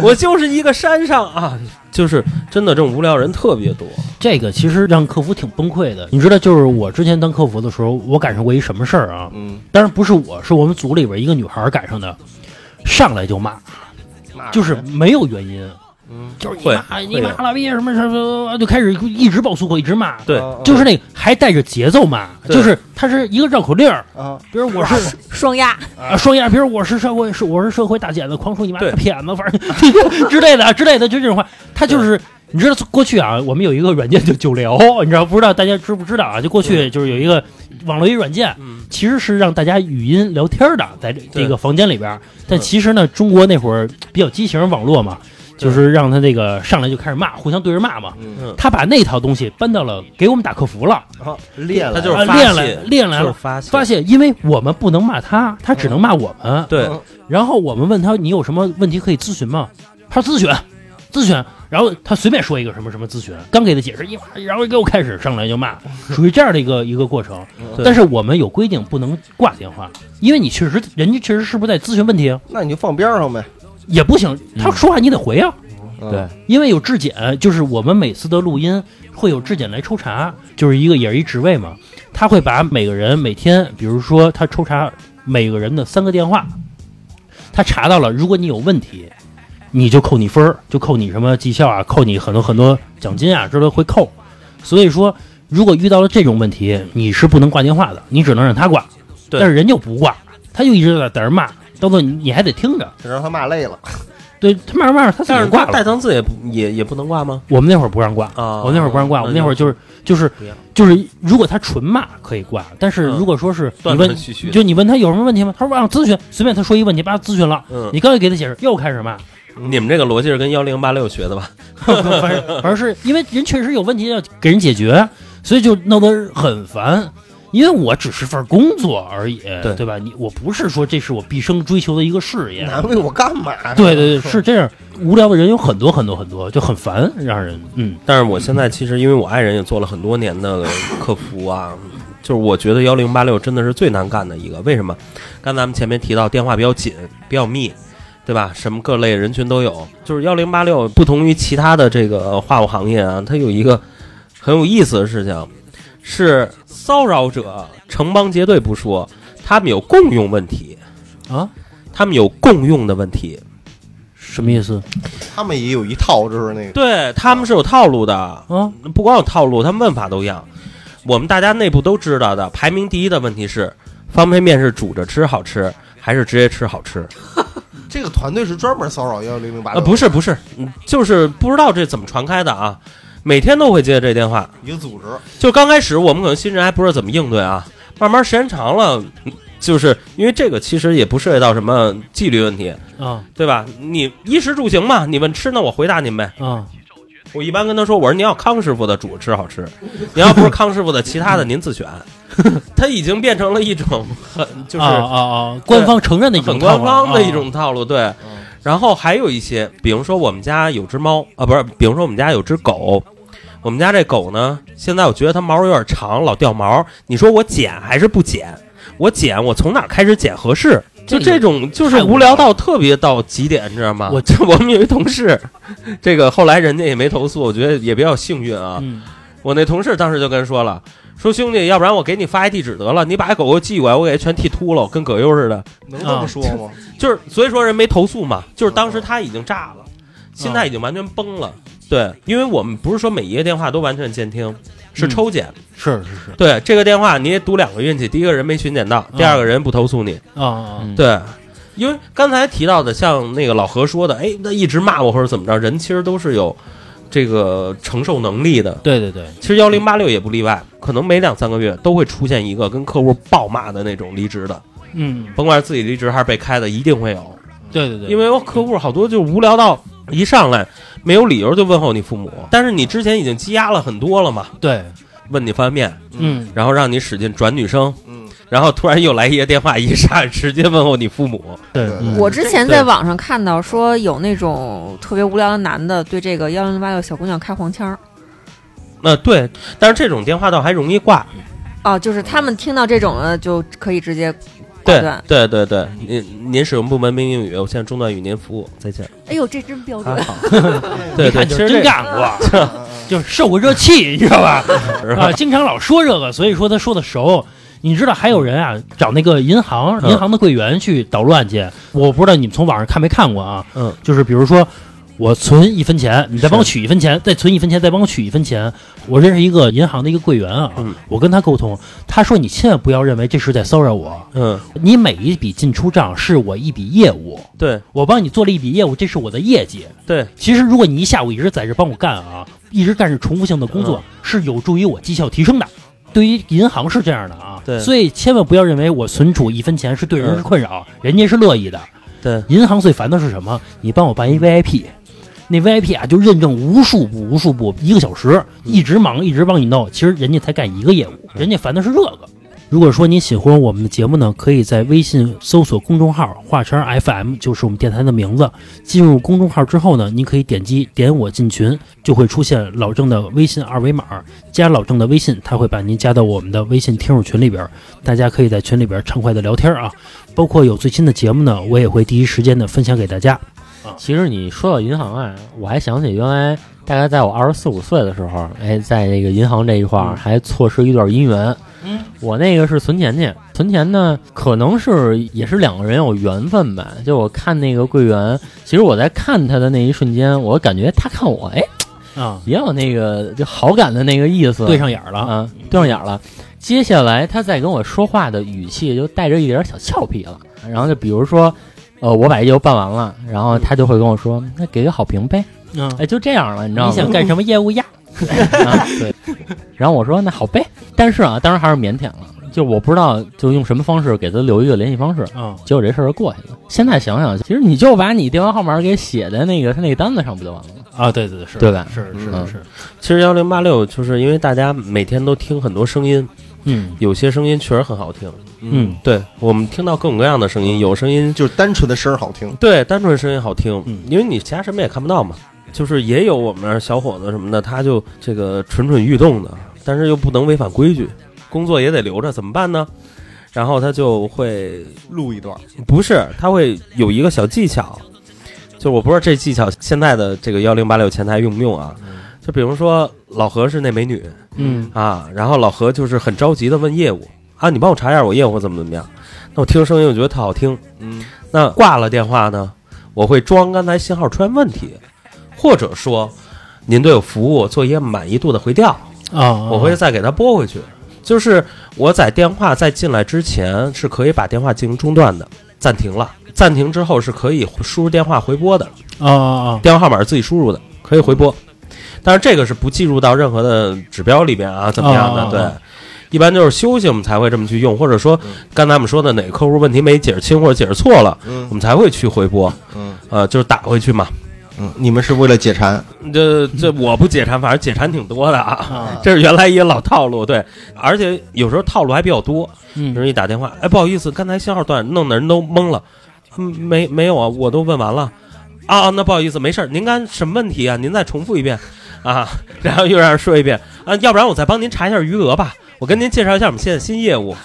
[SPEAKER 7] 我就是一个山上啊，就是真的这种无聊人特别多。
[SPEAKER 3] 这个其实让客服挺崩溃的，你知道，就是我之前当客服的时候，我赶上过一什么事儿啊？
[SPEAKER 4] 嗯，
[SPEAKER 3] 当然不是我，是我们组里边一个女孩儿赶上的，上来就骂，就是没有原因，就是你妈
[SPEAKER 7] 嗯会
[SPEAKER 3] 你妈
[SPEAKER 7] 会有
[SPEAKER 3] 了哎逼什么什么，就开始一直爆粗口，一直骂，
[SPEAKER 7] 对，
[SPEAKER 3] 就是那个还带着节奏骂，
[SPEAKER 7] 嗯对
[SPEAKER 3] 就是它是一个绕口令儿，
[SPEAKER 4] 啊，
[SPEAKER 3] 比如我是
[SPEAKER 5] 双压，
[SPEAKER 3] 啊双眼皮儿，我是社会是我是社会大姐子，狂说你妈
[SPEAKER 7] 对
[SPEAKER 3] 大骗子，反正 之类的啊之类的，就这种话，他就是。你知道过去啊，我们有一个软件叫九聊，你知道不知道？大家知不知道啊？就过去就是有一个网络一软件，
[SPEAKER 7] 嗯，
[SPEAKER 3] 其实是让大家语音聊天的，在这
[SPEAKER 7] 对嗯
[SPEAKER 3] 这个房间里边儿。但其实呢，中国那会儿比较畸形网络嘛，就是让他那个上来就开始骂，互相对着骂嘛。
[SPEAKER 4] 嗯，
[SPEAKER 3] 他把那套东西搬到了给我们打客服了，
[SPEAKER 4] 练了，
[SPEAKER 7] 他就是
[SPEAKER 3] 啊
[SPEAKER 7] 发
[SPEAKER 3] 练
[SPEAKER 7] 泄
[SPEAKER 3] 了练来
[SPEAKER 7] 就是
[SPEAKER 3] 了，
[SPEAKER 7] 发泄
[SPEAKER 3] 发现因为我们不能骂他，他只能骂我们。
[SPEAKER 7] 对，
[SPEAKER 4] 嗯
[SPEAKER 3] 然后我们问他你有什么问题可以咨询吗？他说咨询，咨询。然后他随便说一个什么什么咨询，刚给他解释一会儿，然后又开始上来就 骂，属于这样的一个一个过程。
[SPEAKER 7] 嗯对
[SPEAKER 3] 但是我们有规定不能挂电话，因为你确实人家确实是不是在咨询问题啊
[SPEAKER 4] 那你就放边上呗。
[SPEAKER 3] 也不行，他说话你得回啊。
[SPEAKER 4] 嗯
[SPEAKER 6] 对，
[SPEAKER 3] 因为有质检，就是我们每次的录音会有质检来抽查，就是一个也是一职位嘛，他会把每个人每天，比如说他抽查每个人的三个电话，他查到了，如果你有问题，你就扣你分儿，就扣你什么绩效啊，扣你很多很多奖金啊，这都会扣。所以说，如果遇到了这种问题，你是不能挂电话的，你只能让他挂，
[SPEAKER 7] 对
[SPEAKER 3] 但是人就不挂，他就一直在在那儿骂，到最后你你还得听着，
[SPEAKER 4] 这让他骂累了。
[SPEAKER 3] 对他慢慢慢慢他自
[SPEAKER 7] 但
[SPEAKER 3] 己
[SPEAKER 7] 是
[SPEAKER 3] 挂了。
[SPEAKER 7] 挂戴藤子也不也也不能挂吗？
[SPEAKER 3] 我们那会儿不让挂
[SPEAKER 7] 啊
[SPEAKER 3] 我那会儿不让挂，我们那会儿就是就是
[SPEAKER 7] 不一样嗯
[SPEAKER 3] 就是，如果他纯骂可以挂，但是如果说是你
[SPEAKER 7] 断
[SPEAKER 3] 问
[SPEAKER 7] 断续续的
[SPEAKER 3] 就你问他有什么问题吗？他说啊咨询，随便他说一问题，把他咨询了，
[SPEAKER 7] 嗯
[SPEAKER 3] 你刚才给他解释，又开始骂，
[SPEAKER 7] 你们这个逻辑是跟幺零八六学的吧？
[SPEAKER 3] 反正而是因为人确实有问题要给人解决，所以就弄得很烦。因为我只是份工作而已，
[SPEAKER 7] 对
[SPEAKER 3] 对吧？你我不是说这是我毕生追求的一个事业，
[SPEAKER 4] 难为我干嘛？
[SPEAKER 3] 对 对对，是这样。无聊的人有很多很多很多，就很烦，让人嗯
[SPEAKER 7] 但是我现在其实因为我爱人也做了很多年的客服啊，就是我觉得幺零八六真的是最难干的一个。为什么？刚咱们前面提到电话比较紧，比较密，对吧？什么各类人群都有。就是幺零八六不同于其他的这个话务行业啊，它有一个很有意思的事情，是骚扰者成帮结队不说，他们有共用问题，
[SPEAKER 3] 啊，
[SPEAKER 7] 他们有共用的问题。
[SPEAKER 3] 什么意思
[SPEAKER 4] 他们也有一套，就是那个
[SPEAKER 7] 对他们是有套路的，
[SPEAKER 3] 啊？
[SPEAKER 7] 不光有套路，他们问法都一样。我们大家内部都知道的，排名第一的问题是方便面是煮着吃好吃，还是直接吃好吃？
[SPEAKER 4] 这个团队是专门骚扰幺零零八
[SPEAKER 7] 呃，不是不是，嗯就是不知道这怎么传开的啊。每天都会接这电话，
[SPEAKER 4] 一个组织，
[SPEAKER 7] 就刚开始我们可能新人还不知道怎么应对啊，慢慢时间长了，嗯就是因为这个其实也不涉及到什么纪律问题，
[SPEAKER 3] 啊
[SPEAKER 7] 对吧？你衣食住行嘛，你们吃呢，我回答您呗。
[SPEAKER 3] 啊！
[SPEAKER 7] 我一般跟他说，我说您要康师傅的煮着吃好吃，您要不是康师傅的，其他的您自选。他已经变成了一种很就是
[SPEAKER 3] 啊啊啊，官方承认的一种
[SPEAKER 7] 很
[SPEAKER 3] 套
[SPEAKER 7] 官
[SPEAKER 3] 路
[SPEAKER 7] 方的一。
[SPEAKER 3] 啊
[SPEAKER 7] 种套路，对
[SPEAKER 4] 嗯。
[SPEAKER 7] 然后还有一些，比如说我们家有只猫啊，不是，比如说我们家有只狗，我们家这狗呢，现在我觉得它毛有点长，老掉毛。你说我剪还是不剪？我剪，我从哪儿开始剪合适？就这种，就是
[SPEAKER 3] 太无
[SPEAKER 7] 无聊
[SPEAKER 3] 聊
[SPEAKER 7] 到特别到极点，你知道吗？
[SPEAKER 3] 我
[SPEAKER 7] 我们有一同事，这个后来人家也没投诉，我觉得也比较幸运啊。
[SPEAKER 3] 嗯，
[SPEAKER 7] 我那同事当时就跟说了，说兄弟，要不然我给你发一地址得了，你把狗狗寄过来，我给它全剃秃了，我跟葛优似的。
[SPEAKER 4] 能这么说吗？
[SPEAKER 7] 就是所以说人没投诉嘛，就是当时他已经炸了，心态已经完全崩了。对，因为我们不是说每一个电话都完全监听，是
[SPEAKER 3] 嗯
[SPEAKER 7] 抽检。
[SPEAKER 3] 是是是
[SPEAKER 7] 对，这个电话你也赌两个运气，第一个人没巡检到，第二个人不投诉你。
[SPEAKER 3] 啊啊
[SPEAKER 6] 嗯
[SPEAKER 7] 对，因为刚才提到的，像那个老何说的，哎，那一直骂我或者怎么着，人其实都是有这个承受能力的。
[SPEAKER 3] 对对对，
[SPEAKER 7] 其实幺零八六也不例外，可能每两三个月都会出现一个跟客户暴骂的那种离职的，
[SPEAKER 3] 嗯，
[SPEAKER 7] 甭管是自己离职还是被开的，一定会有。
[SPEAKER 3] 对对对，
[SPEAKER 7] 因为我客户好多就无聊到一上来没有理由就问候你父母，但是你之前已经积压了很多了嘛，
[SPEAKER 3] 对，
[SPEAKER 7] 问你方便面，
[SPEAKER 3] 嗯，
[SPEAKER 7] 然后让你使劲转女生，
[SPEAKER 4] 嗯，
[SPEAKER 7] 然后突然又来一个电话，一上直接问候你父母，
[SPEAKER 3] 对，
[SPEAKER 4] 对
[SPEAKER 3] 嗯
[SPEAKER 5] 我之前在网上看到说有那种特别无聊的男的对这个幺零八六小姑娘开黄腔儿
[SPEAKER 7] 那、对，但是这种电话倒还容易挂，
[SPEAKER 5] 啊，就是他们听到这种的就可以直接挂
[SPEAKER 7] 对
[SPEAKER 5] 断。
[SPEAKER 7] 对对对，您您使用部门命令语，我现在中断与您服务，再见。
[SPEAKER 5] 哎呦，这真标准！
[SPEAKER 7] 好，对对，
[SPEAKER 3] 看
[SPEAKER 7] 嗯其
[SPEAKER 3] 就
[SPEAKER 7] 实
[SPEAKER 3] 真
[SPEAKER 7] 这
[SPEAKER 3] 干过， 就是受过热气，你知道吧？
[SPEAKER 7] 是吧
[SPEAKER 3] 啊，经常老说这个，所以说他说的熟。你知道还有人啊，找那个银行
[SPEAKER 7] 嗯
[SPEAKER 3] 银行的柜员去捣乱去，我不知道你们从网上看没看过啊？
[SPEAKER 7] 嗯，
[SPEAKER 3] 就是比如说我存一分钱，你再帮我取一分钱，再存一分钱，再帮我取一分钱。我认识一个银行的一个柜员啊，
[SPEAKER 7] 嗯
[SPEAKER 3] 我跟他沟通，他说你千万不要认为这是在骚扰我，
[SPEAKER 7] 嗯，
[SPEAKER 3] 你每一笔进出账是我一笔业务，
[SPEAKER 7] 对
[SPEAKER 3] 我帮你做了一笔业务，这是我的业绩。
[SPEAKER 7] 对，
[SPEAKER 3] 其实如果你一下午一直在这帮我干啊，一直干是重复性的工作，是有助于我绩效提升的。对于银行是这样的啊，
[SPEAKER 7] 对
[SPEAKER 3] 所以千万不要认为我存储一分钱是对人是困扰，人家是乐意的。
[SPEAKER 7] 对，
[SPEAKER 3] 银行最烦的是什么？你帮我办一 VIP，那 VIP 啊就认证无数步无数步，一个小时一直忙一直帮你弄，其实人家才干一个业务，人家烦的是这个。如果说您喜欢我们的节目呢，可以在微信搜索公众号“华圈 FM”，就是我们电台的名字。进入公众号之后呢，您可以点击“点我进群”，就会出现老郑的微信二维码，加老郑的微信，他会把您加到我们的微信听友群里边，大家可以在群里边畅快的聊天啊。包括有最新的节目呢，我也会第一时间的分享给大家。
[SPEAKER 6] 其实你说到银行啊，我还想起原来大概在我二十四五岁的时候，哎，在这个银行这一块
[SPEAKER 3] 嗯
[SPEAKER 6] 儿还错失一段姻缘。嗯，我那个是存钱去，存钱呢，可能是也是两个人有缘分吧。就我看那个柜员，其实我在看他的那一瞬间，我感觉他看我，哎，
[SPEAKER 3] 啊，
[SPEAKER 6] 也有那个就好感的那个意思，
[SPEAKER 3] 对上眼儿了，
[SPEAKER 6] 啊，对上眼儿了。接下来他在跟我说话的语气就带着一点小俏皮了，然后就比如说，呃，我把这就办完了，然后他就会跟我说，那给个好评呗，
[SPEAKER 3] 嗯，
[SPEAKER 6] 哎，就这样了，你知道
[SPEAKER 3] 你
[SPEAKER 6] 吗？
[SPEAKER 3] 想干什么业务呀？
[SPEAKER 6] 啊，对。然后我说那好呗，但是啊，当然还是腼腆了，就我不知道就用什么方式给他留一个联系方式，
[SPEAKER 3] 啊，
[SPEAKER 6] 结果这事儿就过去了。现在想想，其实你就把你电话号码给写在那个他那个单子上不就完了吗？
[SPEAKER 3] 啊，对对对，是，
[SPEAKER 6] 对吧
[SPEAKER 3] 是是
[SPEAKER 6] 嗯
[SPEAKER 3] 是，
[SPEAKER 7] 其实幺零八六就是因为大家每天都听很多声音，
[SPEAKER 6] 嗯
[SPEAKER 7] 有些声音确实很好听。
[SPEAKER 6] 嗯，
[SPEAKER 7] 对我们听到各种各样的声音，有声音
[SPEAKER 4] 就是单纯的声儿好听。
[SPEAKER 7] 对，单纯声音好听，
[SPEAKER 3] 嗯
[SPEAKER 7] 因为你其他什么也看不到嘛。就是也有我们那儿小伙子什么的，他就这个蠢蠢欲动的，但是又不能违反规矩，工作也得留着，怎么办呢？然后他就会
[SPEAKER 4] 录一段，
[SPEAKER 7] 不是，他会有一个小技巧，就我不知道这技巧现在的这个幺零八六前台用不用啊？就比如说老何是那美女，
[SPEAKER 3] 嗯
[SPEAKER 7] 啊，然后老何就是很着急的问业务啊，你帮我查一下我业务怎么怎么样。那我听声音，我觉得特好听，
[SPEAKER 4] 嗯，
[SPEAKER 7] 那挂了电话呢，我会装刚才信号出现问题，或者说您对我服务做一个满意度的回调，
[SPEAKER 3] 啊，
[SPEAKER 7] 我会再给他拨回去。就是我在电话再进来之前是可以把电话进行中断的，暂停了，暂停之后是可以输入电话回拨的，
[SPEAKER 3] 啊啊
[SPEAKER 7] 电话号码是自己输入的，可以回拨。但是这个是不计入到任何的指标里边啊，怎么样的？
[SPEAKER 3] 哦
[SPEAKER 7] 对，一般就是休息我们才会这么去用，或者说刚才我们说的哪个客户问题没解释清或者解释错了，我
[SPEAKER 4] 嗯
[SPEAKER 7] 们才会去回拨，
[SPEAKER 4] 嗯
[SPEAKER 7] 呃，就是打回去嘛。
[SPEAKER 4] 嗯，你们是为了解馋，
[SPEAKER 7] 这这我不解馋，反正解馋挺多的啊。
[SPEAKER 3] 啊，
[SPEAKER 7] 这是原来一个老套路，对，而且有时候套路还比较多。有
[SPEAKER 3] 嗯
[SPEAKER 7] 人一打电话，哎，不好意思，刚才信号断，弄得人都懵了。嗯，没没有啊，我都问完了。啊，那不好意思，没事儿，您刚什么问题啊？您再重复一遍啊， 然后又让人说一遍啊，要不然我再帮您查一下余额吧。我跟您介绍一下我们现在新业务。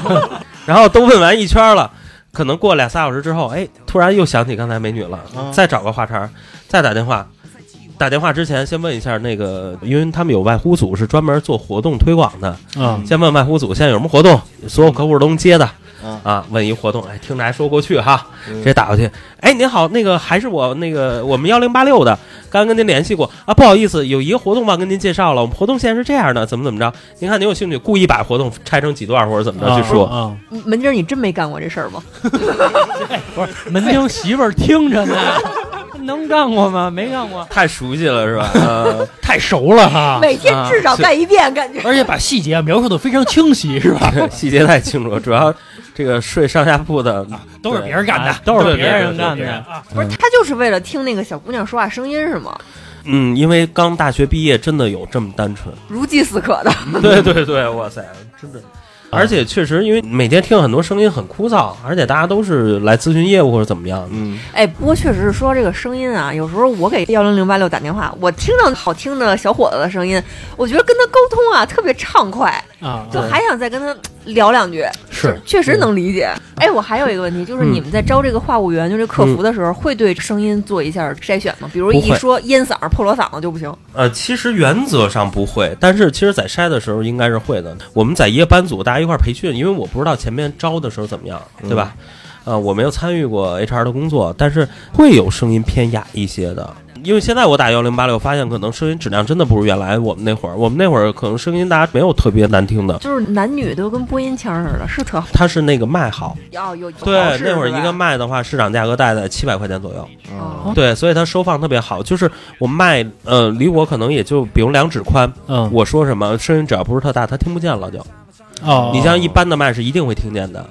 [SPEAKER 7] 然后都问完一圈了，可能过俩仨小时之后，哎，突然又想起刚才美女了，再找个话茬儿，再打电话。打电话之前先问一下那个，因为他们有外呼组是专门做活动推广的，
[SPEAKER 4] 嗯
[SPEAKER 3] 啊
[SPEAKER 7] 先问外呼组现在有什么活动，所有客户都能接的
[SPEAKER 3] 嗯
[SPEAKER 4] 啊
[SPEAKER 7] 啊。问一活动，哎，听着还说过去哈，
[SPEAKER 4] 嗯
[SPEAKER 7] 直接打过去。哎，您好，那个还是我那个我们幺零八六的，刚刚跟您联系过啊，不好意思，有一个活动忘跟您介绍了，我们活动现在是这样的，怎么怎么着？您看您有兴趣，故意把活动拆成几段或者怎么着去说。
[SPEAKER 3] 啊，
[SPEAKER 5] 门钉儿，你真没干过这事儿吗？
[SPEAKER 6] 门钉媳妇儿 听着呢，能干过吗？没干过。
[SPEAKER 7] 太熟悉了 是吧？呃，
[SPEAKER 3] 太熟了哈，
[SPEAKER 5] 每天至
[SPEAKER 7] 啊
[SPEAKER 5] 少干一遍，感觉。
[SPEAKER 3] 而且把细节描述的非常清晰，是吧？
[SPEAKER 7] 对啊细节太清楚了，主要这个睡上下铺的
[SPEAKER 3] 都是别人干的
[SPEAKER 6] 啊，都
[SPEAKER 7] 对
[SPEAKER 6] 是
[SPEAKER 7] 对
[SPEAKER 6] 别
[SPEAKER 7] 对
[SPEAKER 6] 人
[SPEAKER 7] 对
[SPEAKER 6] 干
[SPEAKER 7] 对
[SPEAKER 6] 的，啊
[SPEAKER 5] 不是，他就是为了听那个小姑娘说话声音是吗？
[SPEAKER 7] 嗯，因为刚大学毕业，真的有这么单纯。
[SPEAKER 5] 如饥似渴的。
[SPEAKER 7] 对对对，哇塞，真的。而且确实，因为每天听很多声音很枯燥，而且大家都是来咨询业务或者怎么样，
[SPEAKER 4] 嗯，
[SPEAKER 5] 哎，不过确实是说这个声音啊，有时候我给幺零零八六打电话，我听到好听的小伙子的声音，我觉得跟他沟通啊特别畅快，
[SPEAKER 3] 啊，
[SPEAKER 5] 就还想再跟他聊两句，
[SPEAKER 3] 是
[SPEAKER 5] 确实能理解。哎，我还有一个问题，就是你们在招这个话务员，就这客服的时候，会对声音做一下筛选吗？比如
[SPEAKER 7] 不会
[SPEAKER 5] 一说烟嗓儿、破锣嗓子就不行。
[SPEAKER 7] 呃，其实原则上不会，但是其实在筛的时候应该是会的。我们在一个班组，大家一块儿培训，因为我不知道前面招的时候怎么样，对吧？呃，我没有参与过 HR 的工作，但是会有声音偏哑一些的。因为现在我打幺零八六，发现可能声音质量真的不如原来我们那会儿。我们那会儿可能声音大家没有特别难听的，
[SPEAKER 5] 就是男女都跟播音腔似的，是特好。
[SPEAKER 7] 它是那个麦好，
[SPEAKER 5] 哦，有有
[SPEAKER 7] 对
[SPEAKER 5] 好，事
[SPEAKER 7] 那会儿
[SPEAKER 5] 是
[SPEAKER 7] 一
[SPEAKER 5] 吧
[SPEAKER 7] 个麦的话，市场价格大概在七百块钱左右。
[SPEAKER 5] 哦，
[SPEAKER 7] 对，所以它收放特别好，就是我麦，呃，离我可能也就比如两指宽，
[SPEAKER 3] 嗯，
[SPEAKER 7] 我说什么声音只要不是特大，它听不见了就。
[SPEAKER 3] 哦，
[SPEAKER 7] 你像一般的麦是一定会听见的，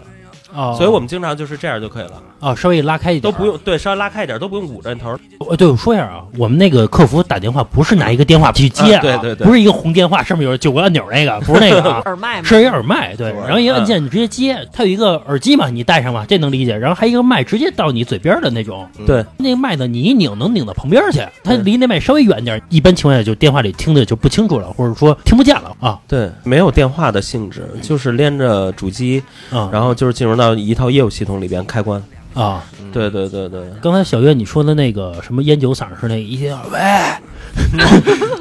[SPEAKER 3] 哦，
[SPEAKER 7] 所以我们经常就是这样就可以了。
[SPEAKER 6] 啊，稍微拉开一点
[SPEAKER 7] 都
[SPEAKER 6] 儿
[SPEAKER 7] 不用对，稍微拉开一点，都不用捂着那头儿。
[SPEAKER 6] 呃，对，我说一下啊，我们那个客服打电话不是拿一个电话去接、啊
[SPEAKER 7] 啊对对对
[SPEAKER 6] 不是一个红电话，上面有九个按钮那 个，不是那个啊
[SPEAKER 5] 耳麦嘛，
[SPEAKER 6] 是一嗯耳麦，对，
[SPEAKER 4] 对
[SPEAKER 6] 然后一个按键你直接接，它有一个耳机嘛，你戴上嘛，这能理解，然后还有一个麦直接到你嘴边的那种，
[SPEAKER 4] 嗯
[SPEAKER 7] 对，
[SPEAKER 6] 那个麦呢你一拧能拧到旁边去，它
[SPEAKER 7] 对
[SPEAKER 6] 离那麦稍微远点儿，一般情况下就电话里听的就不清楚了，或者说听不见了啊
[SPEAKER 7] 对，没有电话的性质，就是连着主机，
[SPEAKER 6] 啊
[SPEAKER 7] 然后就是进入到一套业务系统里边开关。
[SPEAKER 6] 啊！
[SPEAKER 7] 对对对对，
[SPEAKER 6] 刚才小月你说的那个什么烟酒嗓是那一听，喂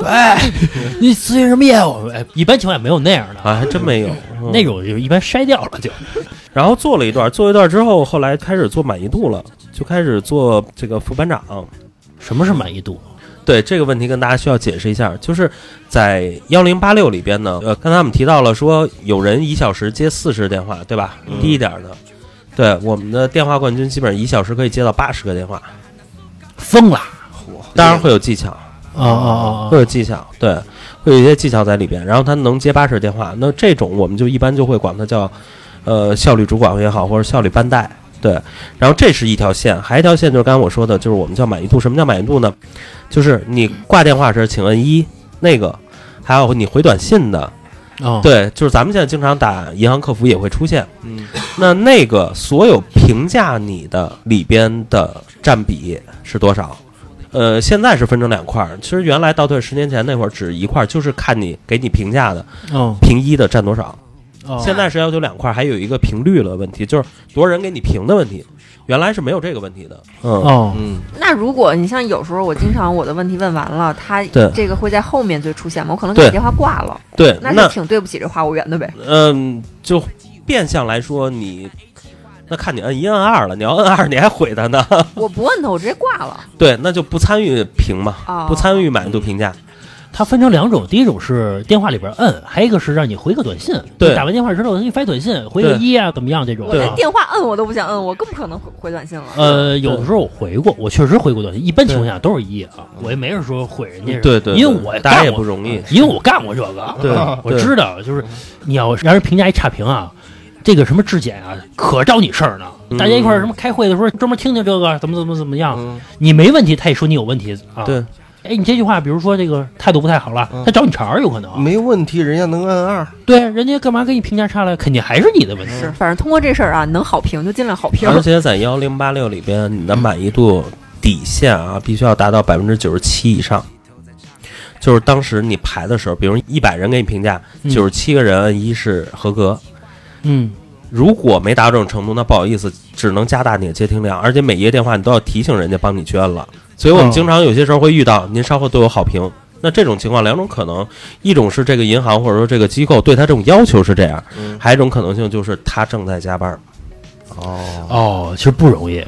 [SPEAKER 6] 喂， 你咨询什么业务？哎，一般情况下没有那样的。
[SPEAKER 7] 啊，还真没有、嗯
[SPEAKER 6] 那种就一般筛掉了就，
[SPEAKER 7] 然后做了一段，做一段之后，后来开始做满意度了，就开始做这个副班长。
[SPEAKER 6] 什么是满意度？
[SPEAKER 7] 对这个问题跟大家需要解释一下，就是在幺零八六里边呢，呃，刚才我们提到了说有人一小时接四十电话，对吧？低一点的，对我们的电话冠军基本上一小时可以接到八十个电话，
[SPEAKER 6] 疯了！
[SPEAKER 7] 当然会有技巧，
[SPEAKER 6] 啊啊啊
[SPEAKER 7] 会！有技巧，对，会有一些技巧在里边。然后他能接八十电话，那这种我们就一般就会管他叫，呃，效率主管也好，或者效率班带。对，然后这是一条线，还有一条线就是刚才我说的，就是我们叫满意度。什么叫满意度呢？就是你挂电话时，请摁一，那个，还有你回短信的，
[SPEAKER 6] 啊，
[SPEAKER 7] 对，就是咱们现在经常打银行客服也会出现。
[SPEAKER 4] 嗯，
[SPEAKER 7] 那那个所有评价你的里边的占比是多少？呃，现在是分成两块儿。其实原来倒退十年前那会儿只一块儿，就是看你给你评价的
[SPEAKER 6] 嗯，
[SPEAKER 7] 评一的占多少。
[SPEAKER 3] 啊
[SPEAKER 6] 哦
[SPEAKER 7] 现在是要求两块儿，还有一个评率的问题，就是多少人给你评的问题。原来是没有这个问题的。嗯，
[SPEAKER 6] 哦，
[SPEAKER 4] 嗯，
[SPEAKER 5] 那如果你像有时候我经常我的问题问完了，他
[SPEAKER 7] 对
[SPEAKER 5] 这个会在后面最出现吗？我可能给
[SPEAKER 7] 对
[SPEAKER 5] 你电话挂了，
[SPEAKER 7] 对，
[SPEAKER 5] 那
[SPEAKER 7] 那
[SPEAKER 5] 就挺对不起这花务员的呗。
[SPEAKER 7] 嗯，就变相来说，你那看你摁一摁二了，你要摁二，你还毁他呢。
[SPEAKER 5] 我不问他，我直接挂了。
[SPEAKER 7] 对，那就不参与评嘛，
[SPEAKER 5] 哦
[SPEAKER 7] 不参与满意度评价。
[SPEAKER 6] 它分成两种，第一种是电话里边摁，还有一个是让你回个短信。
[SPEAKER 7] 对
[SPEAKER 6] 就打完电话之后给你发一短信，回个
[SPEAKER 7] 对
[SPEAKER 6] 一啊，怎么样这种
[SPEAKER 5] 我。连
[SPEAKER 6] 啊
[SPEAKER 5] 电话摁我都不想摁，我更不可能回回短信了。
[SPEAKER 6] 呃，有的时候我回过，我确实回过短信，一般情况下都是一啊，我也没人说毁人家什么，
[SPEAKER 7] 对对对
[SPEAKER 6] 因为我
[SPEAKER 7] 大家也
[SPEAKER 6] 干过
[SPEAKER 7] 不容易
[SPEAKER 6] 因为我干过这个，
[SPEAKER 7] 对
[SPEAKER 6] 啊我
[SPEAKER 7] 对
[SPEAKER 6] 知道，就是你要让人评价一差评啊，这个什么质检啊，可找你事儿呢。
[SPEAKER 7] 嗯
[SPEAKER 6] 大家一块儿什么开会的时候专门听听这个怎么怎么怎么样，你没问题，他也说你有问题啊。
[SPEAKER 7] 嗯对，嗯
[SPEAKER 6] 哎，你这句话，比如说这个态度不太好了，他找你茬儿有可
[SPEAKER 7] 哦
[SPEAKER 6] 能。
[SPEAKER 4] 没问题，人家能摁二，
[SPEAKER 6] 对，啊人家干嘛给你评价差了？肯定还是你的问题。
[SPEAKER 5] 是，反正通过这事儿啊，能好评就尽量好评。
[SPEAKER 7] 而且在幺零八六里边，你的满意度底线啊，必须要达到百分之九十七以上。就是当时你排的时候，比如一百人给你评价，
[SPEAKER 6] 嗯
[SPEAKER 7] 九十七个人按一是合格。
[SPEAKER 6] 嗯，
[SPEAKER 7] 如果没达到这种程度，那不好意思，只能加大你的接听量，而且每一个电话你都要提醒人家帮你去按了。所以我们
[SPEAKER 6] 嗯
[SPEAKER 7] 经常有些时候会遇到，您稍后对我好评。那这种情况两种可能，一种是这个银行或者说这个机构对他这种要求是这样，
[SPEAKER 4] 嗯
[SPEAKER 7] 还有一种可能性就是他正在加班儿。
[SPEAKER 4] 哦，
[SPEAKER 6] 哦，其实不容易。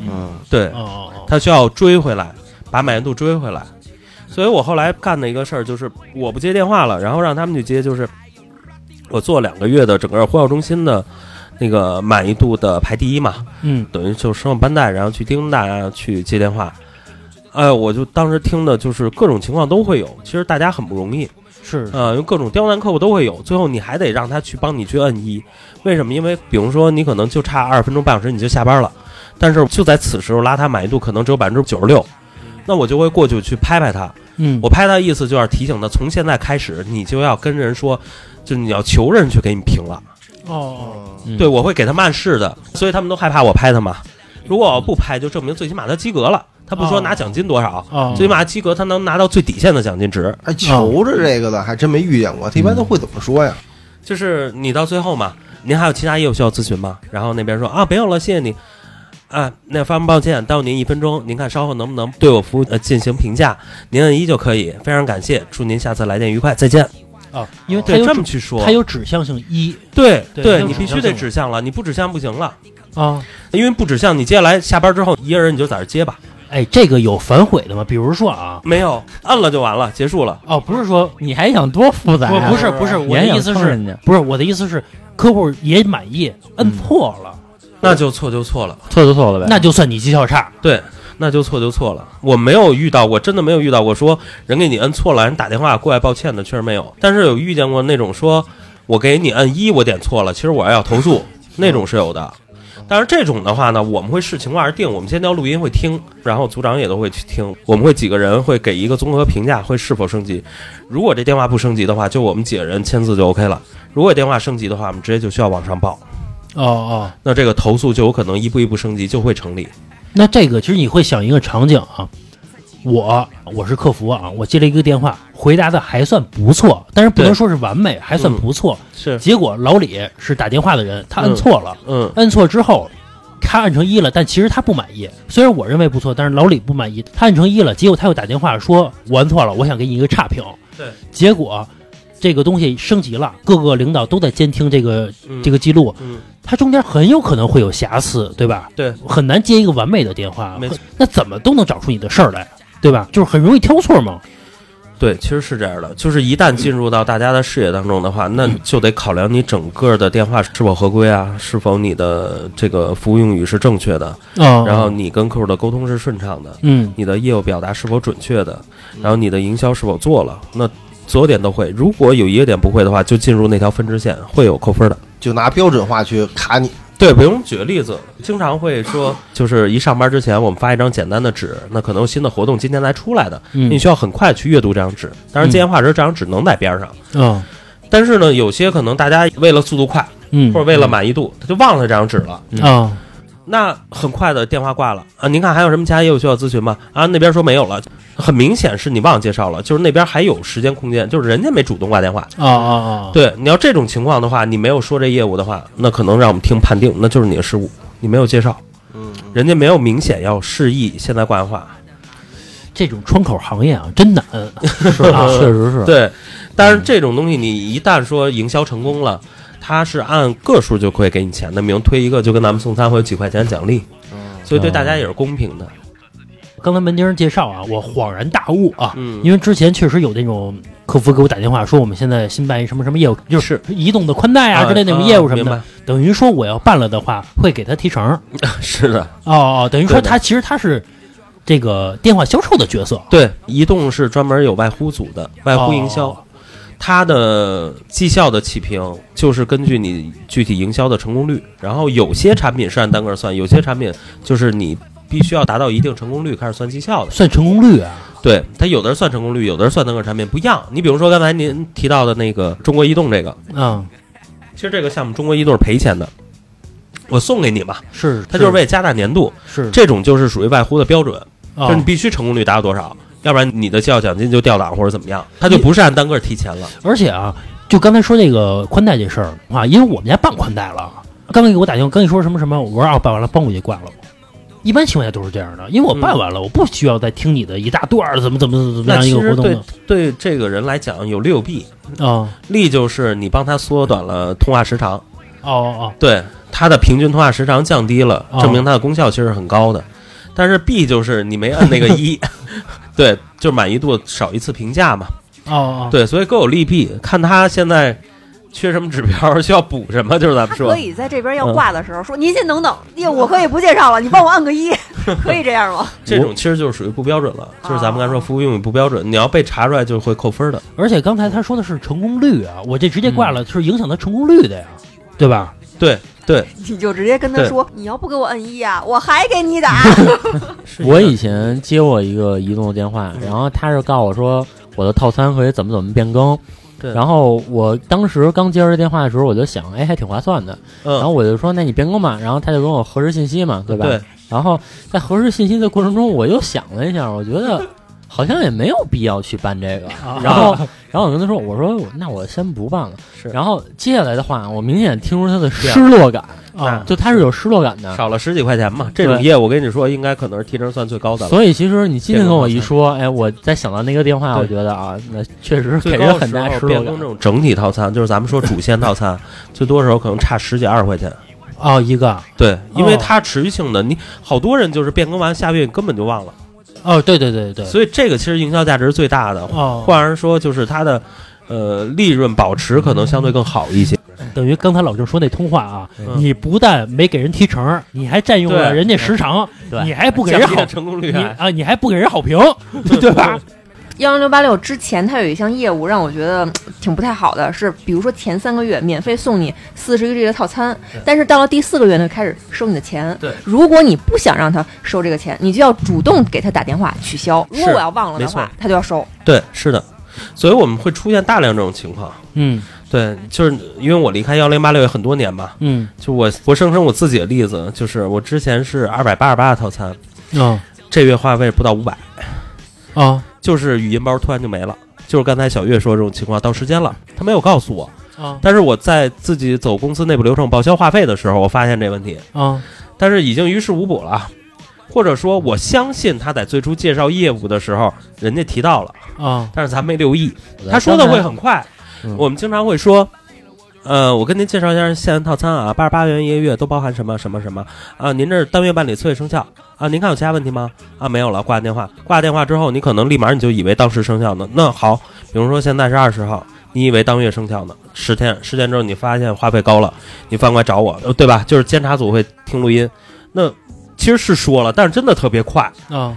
[SPEAKER 4] 嗯，
[SPEAKER 7] 对，
[SPEAKER 6] 哦哦哦，
[SPEAKER 7] 他需要追回来，把满意度追回来。所以我后来干的一个事儿就是，我不接电话了，然后让他们去接，就是我做两个月的整个呼叫中心的那个满意度的排第一嘛，
[SPEAKER 6] 嗯
[SPEAKER 7] 等于就是升我班带，然后去叮咚大家去接电话。哎，我就当时听的就是各种情况都会有，其实大家很不容易，
[SPEAKER 6] 是
[SPEAKER 7] 呃，有各种刁难客户都会有，最后你还得让他去帮你去摁一，为什么？因为比如说你可能就差二十分钟、半小时你就下班了，但是就在此时候拉他满意度可能只有百分之九十六，那我就会过去去拍拍他，
[SPEAKER 6] 嗯
[SPEAKER 7] 我拍他的意思就是提醒他，从现在开始你就要跟人说，就你要求人去给你评了，
[SPEAKER 6] 哦哦，
[SPEAKER 3] 嗯
[SPEAKER 7] 对我会给他们暗示的，所以他们都害怕我拍他嘛。如果我不拍，就证明最起码他及格了，他不说拿奖金多少，
[SPEAKER 6] 哦
[SPEAKER 7] 最起码及格他能拿到最底线的奖金值。
[SPEAKER 4] 哎，求着这个的还真没遇见过，
[SPEAKER 7] 嗯
[SPEAKER 4] 他一般都会怎么说呀？
[SPEAKER 7] 就是你到最后嘛，您还有其他业务需要咨询吗？然后那边说啊，没有了，谢谢你。啊，那非常抱歉，耽误您一分钟，您看稍后能不能对我服务呃进行评价？您按一就可以，非常感谢，祝您下次来电愉快，再见。
[SPEAKER 6] 啊，因为它
[SPEAKER 7] 对，
[SPEAKER 6] 有
[SPEAKER 7] 这
[SPEAKER 6] 指
[SPEAKER 7] 么去说
[SPEAKER 6] 它，有指向性一
[SPEAKER 7] 对
[SPEAKER 6] 对
[SPEAKER 7] 对，
[SPEAKER 6] 它有
[SPEAKER 7] 你
[SPEAKER 6] 指
[SPEAKER 7] 必须
[SPEAKER 6] 向
[SPEAKER 7] 得
[SPEAKER 6] 性
[SPEAKER 7] 指向了，你不指向不行了，
[SPEAKER 6] 啊，
[SPEAKER 7] 因为不指向，你接下来下班之后一个人你就在这儿接吧，
[SPEAKER 6] 哎，这个有反悔的吗？比如说啊，
[SPEAKER 7] 没有按了就完了，结束了。
[SPEAKER 6] 哦，不是说
[SPEAKER 3] 你还想多复杂、
[SPEAKER 6] 不
[SPEAKER 3] 啊？
[SPEAKER 6] 不是不是，
[SPEAKER 3] 你
[SPEAKER 6] 我
[SPEAKER 3] 还
[SPEAKER 6] 的
[SPEAKER 3] 想
[SPEAKER 6] 意思
[SPEAKER 3] 坑
[SPEAKER 6] 是，嗯
[SPEAKER 3] 人家
[SPEAKER 6] 不是我的意思是，客户也满意，摁错了，
[SPEAKER 7] 那就错就错了，
[SPEAKER 3] 错就错了呗。
[SPEAKER 6] 那就算你绩效差。
[SPEAKER 7] 对，那就错就错了。我没有遇到，我真的没有遇到过说人给你摁错了，人打电话过来抱歉的，确实没有。但是有遇见过那种说，我给你摁一，我点错了，其实我要投诉，那种是有的。但是这种的话呢，我们会视情况而定。我们先聊录音会听，然后组长也都会去听。我们会几个人会给一个综合评价，会是否升级。如果这电话不升级的话，就我们几个人签字就 OK 了。如果电话升级的话，我们直接就需要往上报。
[SPEAKER 3] 哦哦，
[SPEAKER 7] 那这个投诉就有可能一步一步升级，就会成立。
[SPEAKER 3] 那这个其实你会想一个场景啊，我我是客服啊，我接了一个电话，回答的还算不错，但是不能
[SPEAKER 7] 对
[SPEAKER 3] 说是完美，还
[SPEAKER 6] 嗯
[SPEAKER 3] 算不错。
[SPEAKER 7] 是，
[SPEAKER 3] 结果老李是打电话的人，他按
[SPEAKER 7] 嗯
[SPEAKER 3] 错了，
[SPEAKER 7] 嗯，
[SPEAKER 3] 按错之后。他按成一了，但其实他不满意。虽然我认为不错，但是老李不满意。他按成一了，结果他又打电话说：“我按错了，我想给你一个差评。”
[SPEAKER 7] 对，
[SPEAKER 3] 结果这个东西升级了，各个领导都在监听这个这个记录，
[SPEAKER 7] 嗯
[SPEAKER 3] 它中间很有可能会有瑕疵，对吧？
[SPEAKER 7] 对，
[SPEAKER 3] 很难接一个完美的电话
[SPEAKER 7] 没错，
[SPEAKER 3] 那怎么都能找出你的事儿来，对吧？就是很容易挑错嘛。
[SPEAKER 7] 对，其实是这样的，就是一旦进入到大家的视野当中的话，那就得考量你整个的电话是否合规啊，是否你的这个服务用语是正确的，
[SPEAKER 3] 啊
[SPEAKER 7] 然后你跟客户的沟通是顺畅的，
[SPEAKER 3] 嗯
[SPEAKER 7] 你的业务表达是否准确的，然后你的营销是否做了，那所有点都会。如果有一个点不会的话，就进入那条分支线，会有扣分的。
[SPEAKER 4] 就拿标准化去卡你，
[SPEAKER 7] 对，比如我们举个例子，经常会说，就是一上班之前，我们发一张简单的纸，那可能有新的活动今天才出来的，
[SPEAKER 3] 嗯
[SPEAKER 7] 你需要很快去阅读这张纸。当然，接电话时这张纸能在边上，
[SPEAKER 3] 嗯
[SPEAKER 7] 但是呢，有些可能大家为了速度快，
[SPEAKER 3] 嗯，
[SPEAKER 7] 或者为了满意度，他就忘了这张纸了。
[SPEAKER 6] 嗯
[SPEAKER 3] 啊
[SPEAKER 7] 那很快的电话挂了啊！您看还有什么其他业务需要咨询吗？啊，那边说没有了，很明显是你忘了介绍了，就是那边还有时间空间，就是人家没主动挂电
[SPEAKER 6] 哦
[SPEAKER 7] 话。
[SPEAKER 3] 啊啊啊！
[SPEAKER 7] 对，你要这种情况的话，你没有说这业务的话，那可能让我们听判定，那就是你的失误，你没有介绍，嗯，人家没有明显要示意，现在挂电话。
[SPEAKER 3] 这种窗口行业啊，真难。
[SPEAKER 6] 是啊，确实是。
[SPEAKER 7] 对，但是这种东西你一旦说营销成功了。它是按个数就会给你钱的，比如推一个就跟咱们送餐会有几块钱奖励，所以对大家也是公平的。
[SPEAKER 3] 刚才门丁儿介绍啊，我恍然大悟啊，
[SPEAKER 7] 嗯
[SPEAKER 3] 因为之前确实有那种客服给我打电话说，我们现在新办一什么什么业务，就是移动的宽带啊之类那种业务什么的，
[SPEAKER 7] 啊
[SPEAKER 3] 等于说我要办了的话，会给他提成。哦
[SPEAKER 7] 明白是的，
[SPEAKER 3] 哦，等于说
[SPEAKER 7] 对的
[SPEAKER 3] 他其实他是这个电话销售的角色。
[SPEAKER 7] 对，移动是专门有外呼组的，外呼营销，
[SPEAKER 3] 哦
[SPEAKER 7] 它的绩效的起评就是根据你具体营销的成功率，然后有些产品是按单个算，有些产品就是你必须要达到一定成功率开始算绩效的。
[SPEAKER 3] 算成功率啊，
[SPEAKER 7] 对，它有的是算成功率，有的是算单个产品不一样。你比如说刚才您提到的那个中国移动这个，
[SPEAKER 3] 嗯，
[SPEAKER 7] 其实这个项目中国移动是赔钱的，我送给你吧，
[SPEAKER 3] 是，
[SPEAKER 7] 它就是为了加大粘度，
[SPEAKER 3] 是
[SPEAKER 7] 这种就是属于外呼的标准。
[SPEAKER 3] 啊
[SPEAKER 7] 就是你必须成功率达到多少，要不然你的绩效奖金就掉档或者怎么样，他就不是按单个提钱了。
[SPEAKER 3] 而且啊，就刚才说这个宽带这事儿啊，因为我们家办宽带了，刚给我打电话，刚一说什么什么，我说啊办完了，帮我就挂了。一般情况下都是这样的，因为我办完了，我不需要再听你的一大段儿怎么怎么怎么
[SPEAKER 7] 那
[SPEAKER 3] 样
[SPEAKER 7] 其
[SPEAKER 3] 一个
[SPEAKER 7] 实
[SPEAKER 3] 活动
[SPEAKER 7] 对
[SPEAKER 3] 的
[SPEAKER 7] 对这个人来讲有利有弊，
[SPEAKER 3] 啊，
[SPEAKER 7] 利就是你帮他缩短了通话时长，
[SPEAKER 3] 哦哦
[SPEAKER 7] 对他的平均通话时长降低了，
[SPEAKER 3] 哦
[SPEAKER 7] 证明他的功效其实是很高的。但是弊就是你没按那个 一，对，就是满意度少一次评价嘛。
[SPEAKER 3] 哦哦，
[SPEAKER 7] 对，所以各有利弊，看他现在缺什么指标，需要补什么，就是咱嗯
[SPEAKER 5] 他
[SPEAKER 7] 们说
[SPEAKER 5] 可。以在这边要挂的时候说：“您先等等，业务我可以不介绍了，你帮我按个 一，可以这样吗
[SPEAKER 7] 这种其实就是属于不标准了，就是咱们刚才说
[SPEAKER 5] 哦
[SPEAKER 7] 服务用语不标准，你要被查出来就会扣分的。
[SPEAKER 3] 而且刚才他说的是成功率啊，我这直接挂了是影响他成功率的呀，对吧？
[SPEAKER 7] 对对，？”
[SPEAKER 5] 你就直接跟他
[SPEAKER 7] 对
[SPEAKER 5] 说：“你要不给我按一啊，我还给你打。
[SPEAKER 6] 我以前接过一个移动的电话，
[SPEAKER 3] 嗯
[SPEAKER 6] 然后他是告诉我说我的套餐可以怎么怎么变更。
[SPEAKER 7] 对
[SPEAKER 6] 然后我当时刚接着这电话的时候，我就想，哎，还挺划算的。然后
[SPEAKER 7] 嗯，
[SPEAKER 6] 我就说，那你变更吧。然后他就跟我核实信息嘛，对吧？
[SPEAKER 7] 对，
[SPEAKER 6] 然后在核实信息的过程中，我又想了一下，我觉得好像也没有必要去办这个。然后，然后我跟他说，我说那我先不办了。
[SPEAKER 7] 是
[SPEAKER 6] 然后接下来的话，我明显听出他的失落感，
[SPEAKER 3] 啊，
[SPEAKER 6] 就他是有失落感的。
[SPEAKER 7] 少了十几块钱嘛，这种
[SPEAKER 6] 啊对
[SPEAKER 7] 业务我跟你说，应该可能是提成算最高的了。
[SPEAKER 6] 所以其实你今天跟我一说，哎，我再想到那个电话，
[SPEAKER 7] 对
[SPEAKER 6] 我觉得啊，那确实
[SPEAKER 7] 最
[SPEAKER 6] 给
[SPEAKER 7] 高
[SPEAKER 6] 人
[SPEAKER 7] 的
[SPEAKER 6] 很
[SPEAKER 7] 时
[SPEAKER 6] 大
[SPEAKER 7] 候
[SPEAKER 6] 失
[SPEAKER 7] 变
[SPEAKER 6] 落
[SPEAKER 7] 更这
[SPEAKER 6] 感。
[SPEAKER 7] 种整体套餐，就是咱们说主线套餐， 最多的时候可能差十几二十块钱。
[SPEAKER 3] 哦一个
[SPEAKER 7] 对，因为
[SPEAKER 3] 哦
[SPEAKER 7] 它持续性的，你好多人就是变更完下个月根本就忘了，
[SPEAKER 3] 哦，对对对对，
[SPEAKER 7] 所以这个其实营销价值是最大的。
[SPEAKER 3] 哦，
[SPEAKER 7] 换而说，就是它的呃利润保持可能相对更好一些。
[SPEAKER 3] 等于刚才老郑说那通话啊，
[SPEAKER 7] 嗯
[SPEAKER 3] 你不但没给人提成，你还占用了
[SPEAKER 7] 对
[SPEAKER 3] 人家时长，
[SPEAKER 6] 对
[SPEAKER 3] 你还不给人
[SPEAKER 7] 降低
[SPEAKER 3] 好
[SPEAKER 7] 了成功率
[SPEAKER 3] 你
[SPEAKER 7] 还
[SPEAKER 3] 啊，你还不给人好评，对吧？
[SPEAKER 5] 幺零六八六之前，它有一项业务让我觉得嗯挺不太好的，是比如说前三个月免费送你四十一 G 的套餐，但是到了第四个月呢，开始收你的钱。
[SPEAKER 3] 对，
[SPEAKER 5] 如果你不想让他收这个钱，你就要主动给他打电话取消。如果
[SPEAKER 7] 是
[SPEAKER 5] 我要忘了的
[SPEAKER 7] 没
[SPEAKER 5] 话
[SPEAKER 7] 错，
[SPEAKER 5] 他就要收。
[SPEAKER 7] 对，是的，所以我们会出现大量这种情况。
[SPEAKER 6] 嗯
[SPEAKER 7] 对，就是因为我离开幺零八六也很多年嘛，
[SPEAKER 6] 嗯
[SPEAKER 7] 就我活生生我自己的例子，就是我之前是二百八十八的套餐，
[SPEAKER 3] 啊
[SPEAKER 7] 这月话费不到五百，
[SPEAKER 3] 啊
[SPEAKER 7] 就是语音包突然就没了，就是刚才小月说这种情况，到时间了他没有告诉我，
[SPEAKER 3] 啊
[SPEAKER 7] 但是我在自己走公司内部流程报销话费的时候，我发现这问题，
[SPEAKER 3] 啊！
[SPEAKER 7] 但是已经于事无补了，或者说我相信他在最初介绍业务的时候，人家提到了，
[SPEAKER 3] 啊，
[SPEAKER 7] 但是咱没留意，他说的会很快
[SPEAKER 6] 嗯。
[SPEAKER 7] 我们经常会说，呃，我跟您介绍一下现安套餐啊，八十八元一个月都包含什么什么什么啊？您这是单月办理测试生效啊？您看有其他问题吗？啊，没有了，挂电话。挂电话之后，你可能立马你就以为当时生效呢。那好，比如说现在是二十号。你以为当月生效呢？十天，十天之后你发现话费高了，你翻过来找我，呃对吧？就是监察组会听录音，那其实是说了，但是真的特别快，
[SPEAKER 3] 啊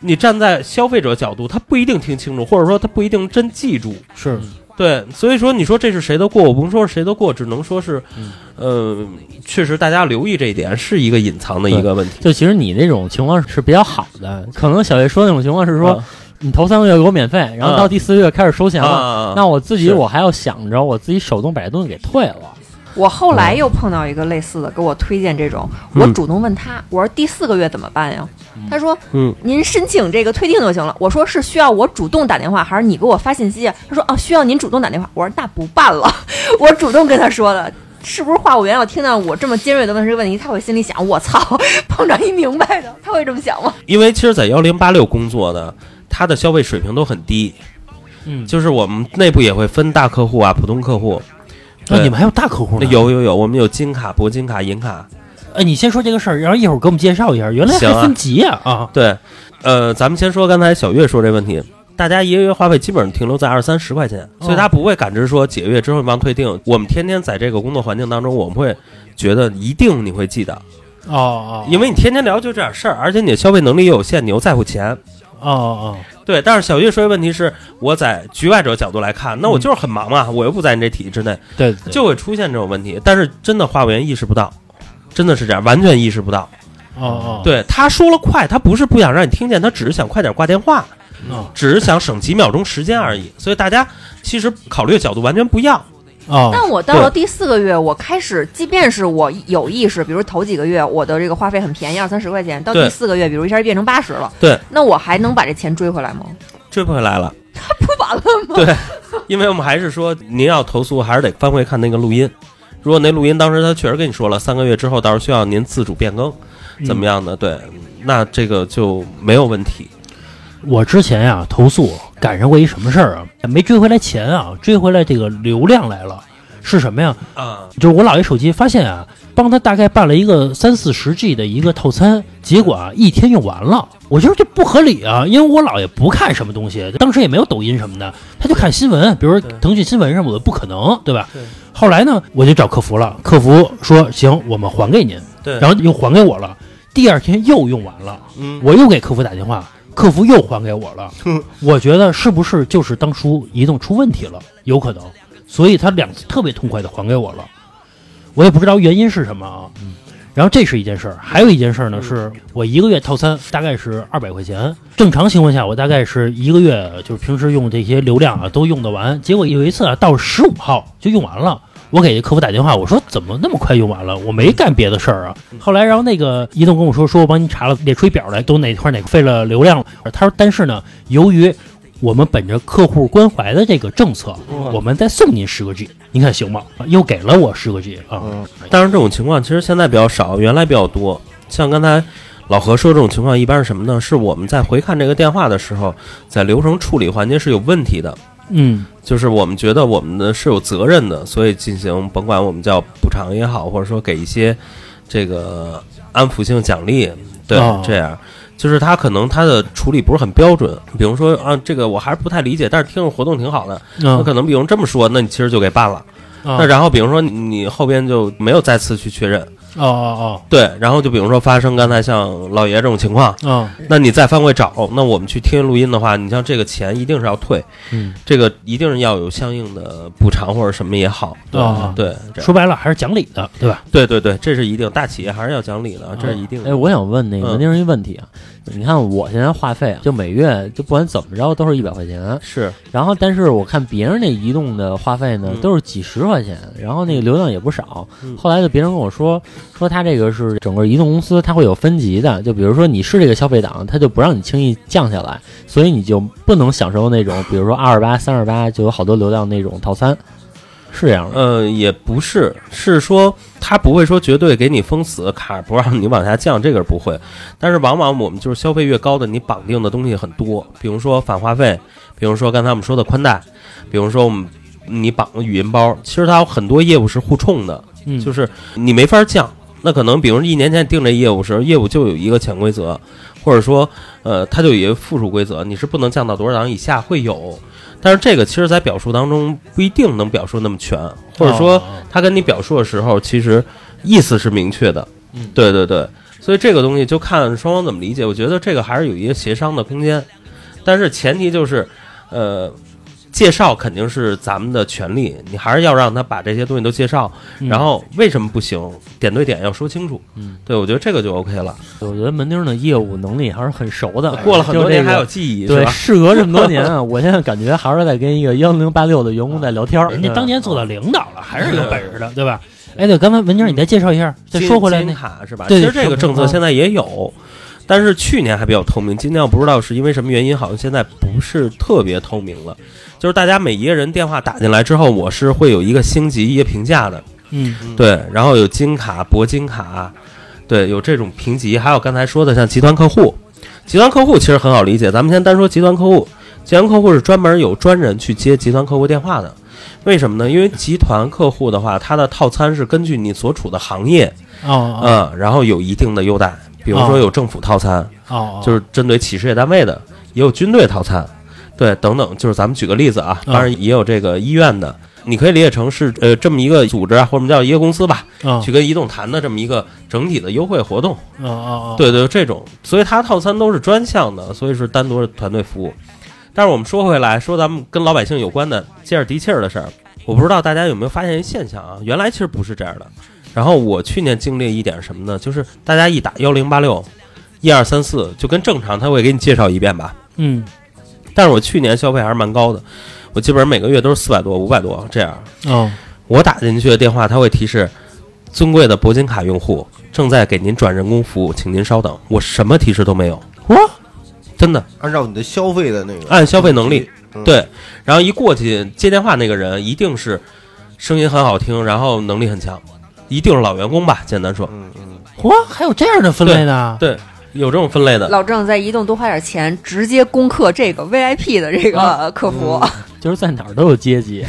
[SPEAKER 7] 你站在消费者角度，他不一定听清楚，或者说他不一定真记住。
[SPEAKER 3] 是
[SPEAKER 6] 嗯
[SPEAKER 7] 对，所以说你说这是谁的过？我不能说是谁的过，只能说是，
[SPEAKER 6] 嗯
[SPEAKER 7] 呃，确实大家留意这一点是一个隐藏的一个问题。
[SPEAKER 6] 就其实你那种情况是比较好的，可能小月说那种情况是说
[SPEAKER 7] 啊，
[SPEAKER 6] 你头三个月给我免费，然
[SPEAKER 3] 啊
[SPEAKER 6] 后到第四个月开始收钱了，
[SPEAKER 7] 啊
[SPEAKER 6] 那我自己
[SPEAKER 7] 是
[SPEAKER 6] 我还要想着我自己手动把这东西给退了。
[SPEAKER 5] 我后来又碰到一个类似的，给我推荐这种，我主动问他，我说第四个月怎么办呀？他说，
[SPEAKER 7] 嗯嗯，
[SPEAKER 5] 您申请这个退订就行了。我说是需要我主动打电话，还是你给我发信息啊？他说哦，需要您主动打电话。我说那不办了， 我主动跟他说的。是不是话务员要听到我这么尖锐的问这个问题，他会心里想：我操， 碰上一明白的，他会这么想吗？
[SPEAKER 7] 因为其实，在幺零八六工作的，他的消费水平都很低，
[SPEAKER 6] 嗯
[SPEAKER 7] 就是我们内部也会分大客户啊、普通客户。
[SPEAKER 3] 那
[SPEAKER 7] 对
[SPEAKER 3] 你们还有大客户
[SPEAKER 7] 那
[SPEAKER 3] 呢？
[SPEAKER 7] 有有有，我们有金卡、铂金卡、银卡。
[SPEAKER 3] 哎，你先说这个事儿，然后一会儿给我们介绍一下，原来
[SPEAKER 7] 行
[SPEAKER 3] 还
[SPEAKER 7] 啊
[SPEAKER 3] 分级呀啊
[SPEAKER 7] 对，呃，咱们先说刚才小月说这问题，大家一个月话费基本上停留在二三十块钱，所以他不会感知说解约之后你帮退订。我们天天在这个工作环境当中，我们会觉得一定你会记得，
[SPEAKER 3] 哦哦，
[SPEAKER 7] 因为你天天聊就这点事儿，而且你的消费能力又有限，你又在乎钱。
[SPEAKER 3] 哦哦
[SPEAKER 7] 对，但是小月说的问题是，我在局外者角度来看，那我就是很忙啊，我又不在你这体制之内，
[SPEAKER 3] 对对
[SPEAKER 7] 就会出现这种问题。但是真的话务员意识不到，真的是这样，完全意识不到。
[SPEAKER 3] 哦哦
[SPEAKER 7] 对，他说了快，他不是不想让你听见，他只是想快点挂电话。
[SPEAKER 3] 哦
[SPEAKER 7] 只是想省几秒钟时间而已。所以大家其实考虑的角度完全不一样。
[SPEAKER 3] 哦
[SPEAKER 5] 但我到了第四个月，我开始，即便是我有意识，比如头几个月我的这个话费很便宜，二三十块钱，到
[SPEAKER 7] 对
[SPEAKER 5] 第四个月，比如一下就变成八十了，
[SPEAKER 7] 对，
[SPEAKER 5] 那我还能把这钱追回来吗？
[SPEAKER 7] 追不回来了，
[SPEAKER 5] 不完了吗？
[SPEAKER 7] 因为我们还是说您要投诉，还是得翻回看那个录音。如果那录音当时他确实跟你说了，三个月之后到时候需要您自主变更，怎么样的？对，那这个就没有问题。
[SPEAKER 3] 我之前呀、投诉赶上过一什么事儿啊？没追回来钱啊，追回来这个流量来了，是什么呀？
[SPEAKER 7] 啊，
[SPEAKER 3] 就是我姥爷手机发现啊，帮他大概办了一个三四十 G 的一个套餐，结果啊一天用完了。我觉得这不合理啊，因为我姥爷不看什么东西，当时也没有抖音什么的，他就看新闻，比如说
[SPEAKER 7] 对
[SPEAKER 3] 腾讯新闻什么的，不可能，对吧
[SPEAKER 7] 对？
[SPEAKER 3] 后来呢，我就找客服了，客服说行，我们还给您，
[SPEAKER 7] 对，
[SPEAKER 3] 然后又还给我了。第二天又用完了，
[SPEAKER 7] 嗯，
[SPEAKER 3] 我又给客服打电话，客服又还给我了。我觉得是不是就是当初移动出问题了？有可能，所以他两次特别痛快的还给我了。我也不知道原因是什么啊。然后这是一件事儿，还有一件事儿
[SPEAKER 7] 嗯
[SPEAKER 3] 呢，是我一个月套餐大概是二百块钱，正常情况下我大概是一个月就是平时用这些流量啊都用得完，结果有一次啊到十五号就用完了。我给客服打电话，我说怎么那么快用完了？我没干别的事儿啊。
[SPEAKER 7] 嗯
[SPEAKER 3] 后来，然后那个移动跟我说，说我帮您查了，列出一表来，都哪块儿哪块儿费了流量了。他说，但是呢，由于我们本着客户关怀的这个政策，我们再送您十个 G，您看行吗？啊又给了我十个 G 啊，
[SPEAKER 7] 当然这种情况其实现在比较少，原来比较多。像刚才老何说这种情况，一般是什么呢？是我们在回看这个电话的时候，在流程处理环节是有问题的。
[SPEAKER 3] 嗯
[SPEAKER 7] 就是我们觉得我们的是有责任的，所以进行甭管我们叫补偿也好，或者说给一些这个安抚性奖励，对，
[SPEAKER 3] 哦
[SPEAKER 7] 这样。就是他可能他的处理不是很标准，比如说啊，这个我还是不太理解，但是听着活动挺好的，那
[SPEAKER 3] 嗯
[SPEAKER 7] 可能比如这么说，那你其实就给办了。
[SPEAKER 3] 啊
[SPEAKER 7] 那然后比如说你你后边就没有再次去确认，
[SPEAKER 3] 哦哦
[SPEAKER 7] 对，然后就比如说发生刚才像老爷这种情况，
[SPEAKER 3] 哦哦，
[SPEAKER 6] 嗯
[SPEAKER 7] 那你再翻过去找，那我们去听录音的话，你像这个钱一定是要退，
[SPEAKER 6] 嗯，
[SPEAKER 7] 这个一定是要有相应的补偿或者什么也好，对、
[SPEAKER 6] 哦
[SPEAKER 3] 啊
[SPEAKER 7] 对这
[SPEAKER 3] 说白了还是讲理的，对 吧？
[SPEAKER 7] 对对对，这是一定，大企业还是要讲理的，这是一定的。
[SPEAKER 6] 哎，我想问那个
[SPEAKER 7] 嗯
[SPEAKER 6] 文丁一问题啊，你看我现在话费啊，就每月就不管怎么着都是一百块钱，
[SPEAKER 7] 是
[SPEAKER 6] 然后但是我看别人那移动的话费呢
[SPEAKER 7] 嗯
[SPEAKER 6] 都是几十块钱，然后那个流量也不少
[SPEAKER 7] 嗯。
[SPEAKER 6] 后来就别人跟我说说他这个是整个移动公司它会有分级的，就比如说你是这个消费档，它就不让你轻易降下来，所以你就不能享受那种比如说二十八、三十八就有好多流量那种套餐，是这样的。
[SPEAKER 7] 呃，也不是，是说他不会说绝对给你封死卡，不让你往下降，这个是不会。但是往往我们就是消费越高的，你绑定的东西很多，比如说返话费，比如说刚才我们说的宽带，比如说我们你绑个语音包，其实它有很多业务是互冲的，
[SPEAKER 6] 嗯
[SPEAKER 7] 就是你没法降。那可能比如一年前定这业务时，业务就有一个潜规则，或者说呃，它就有一个附属规则，你是不能降到多少档以下会有。但是这个其实，在表述当中不一定能表述那么全，或者说
[SPEAKER 3] 哦
[SPEAKER 7] 他跟你表述的时候，其实意思是明确的。
[SPEAKER 6] 嗯
[SPEAKER 7] 对对对，所以这个东西就看双方怎么理解。我觉得这个还是有一个协商的空间，但是前提就是，呃，介绍肯定是咱们的权利，你还是要让他把这些东西都介绍，
[SPEAKER 6] 嗯
[SPEAKER 7] 然后为什么不行，点对点要说清楚。
[SPEAKER 6] 嗯，
[SPEAKER 7] 对，我觉得这个就 OK 了。
[SPEAKER 6] 我觉得门钉的业务能力还是很熟的，
[SPEAKER 7] 过了很多年
[SPEAKER 6] 就这个
[SPEAKER 7] 还有记忆，是
[SPEAKER 6] 对，
[SPEAKER 7] 吧？
[SPEAKER 6] 事隔这么多年，啊， 我现在感觉还是在跟一个幺零八六的员工在聊天儿。
[SPEAKER 3] 人家
[SPEAKER 6] 对
[SPEAKER 3] 当年做到领导了，还是有本事 的，对吧？哎，对，刚才文静你再介绍一下，再
[SPEAKER 7] 金
[SPEAKER 3] 说回来
[SPEAKER 7] 金
[SPEAKER 3] 那
[SPEAKER 7] 卡是吧？
[SPEAKER 3] 对
[SPEAKER 7] 其实这个政
[SPEAKER 3] 说
[SPEAKER 7] 策现在也有，但是去年还比较透明，今年我不知道是因为什么原因，好像现在不是特别透明了。就是大家每一个人电话打进来之后，我是会有一个星级一个评价的，
[SPEAKER 6] 嗯，
[SPEAKER 7] 对，然后有金卡、铂金卡，对，有这种评级，还有刚才说的像集团客户，集团客户其实很好理解，咱们先单说集团客户，集团客户是专门有专人去接集团客户电话的，为什么呢？因为集团客户的话，它的套餐是根据你所处的行业。
[SPEAKER 3] 哦
[SPEAKER 7] 嗯，然后有一定的优待，比如说有政府套餐，
[SPEAKER 3] 哦
[SPEAKER 6] 嗯
[SPEAKER 3] 哦，
[SPEAKER 7] 就是针对企事业单位的，也有军队套餐，对，等等，就是咱们举个例子啊，
[SPEAKER 3] 嗯
[SPEAKER 7] 当然也有这个医院的，你可以理解成是呃这么一个组织啊，或者我们叫一个公司吧，
[SPEAKER 3] 哦
[SPEAKER 6] 啊
[SPEAKER 7] 去跟移动谈的这么一个整体的优惠活动，
[SPEAKER 3] 哦哦，
[SPEAKER 7] 对对，这种，所以它套餐都是专项的，所以是单独的团队服务。但是我们说回来，说咱们跟老百姓有关的接着提气儿的事儿，我不知道大家有没有发现一现象啊？原来其实不是这样的。然后我去年经历一点什么呢？就是大家一打幺零八六、一二三四，就跟正常他会给你介绍一遍吧。
[SPEAKER 3] 嗯
[SPEAKER 7] 但是我去年消费还是蛮高的，我基本上每个月都是四百多、五百多这样。
[SPEAKER 3] 哦
[SPEAKER 7] 我打进去的电话，它会提示：尊贵的铂金卡用户正在给您转人工服务，请您稍等。我什么提示都没有，
[SPEAKER 3] 哇，
[SPEAKER 7] 真的
[SPEAKER 4] 按照你的消费的那个，
[SPEAKER 7] 按消费能力
[SPEAKER 4] 嗯
[SPEAKER 7] 对。然后一过去接电话那个人一定是声音很好听，然后能力很强，一定是老员工吧？简单说，
[SPEAKER 4] 嗯嗯，
[SPEAKER 3] 哇，还有这样的分类呢？
[SPEAKER 7] 对，有这种分类的。
[SPEAKER 5] 老郑在移动多花点钱，直接攻克这个 VIP 的这个
[SPEAKER 7] 啊
[SPEAKER 5] 客服。
[SPEAKER 6] 就是在哪儿都有阶 级。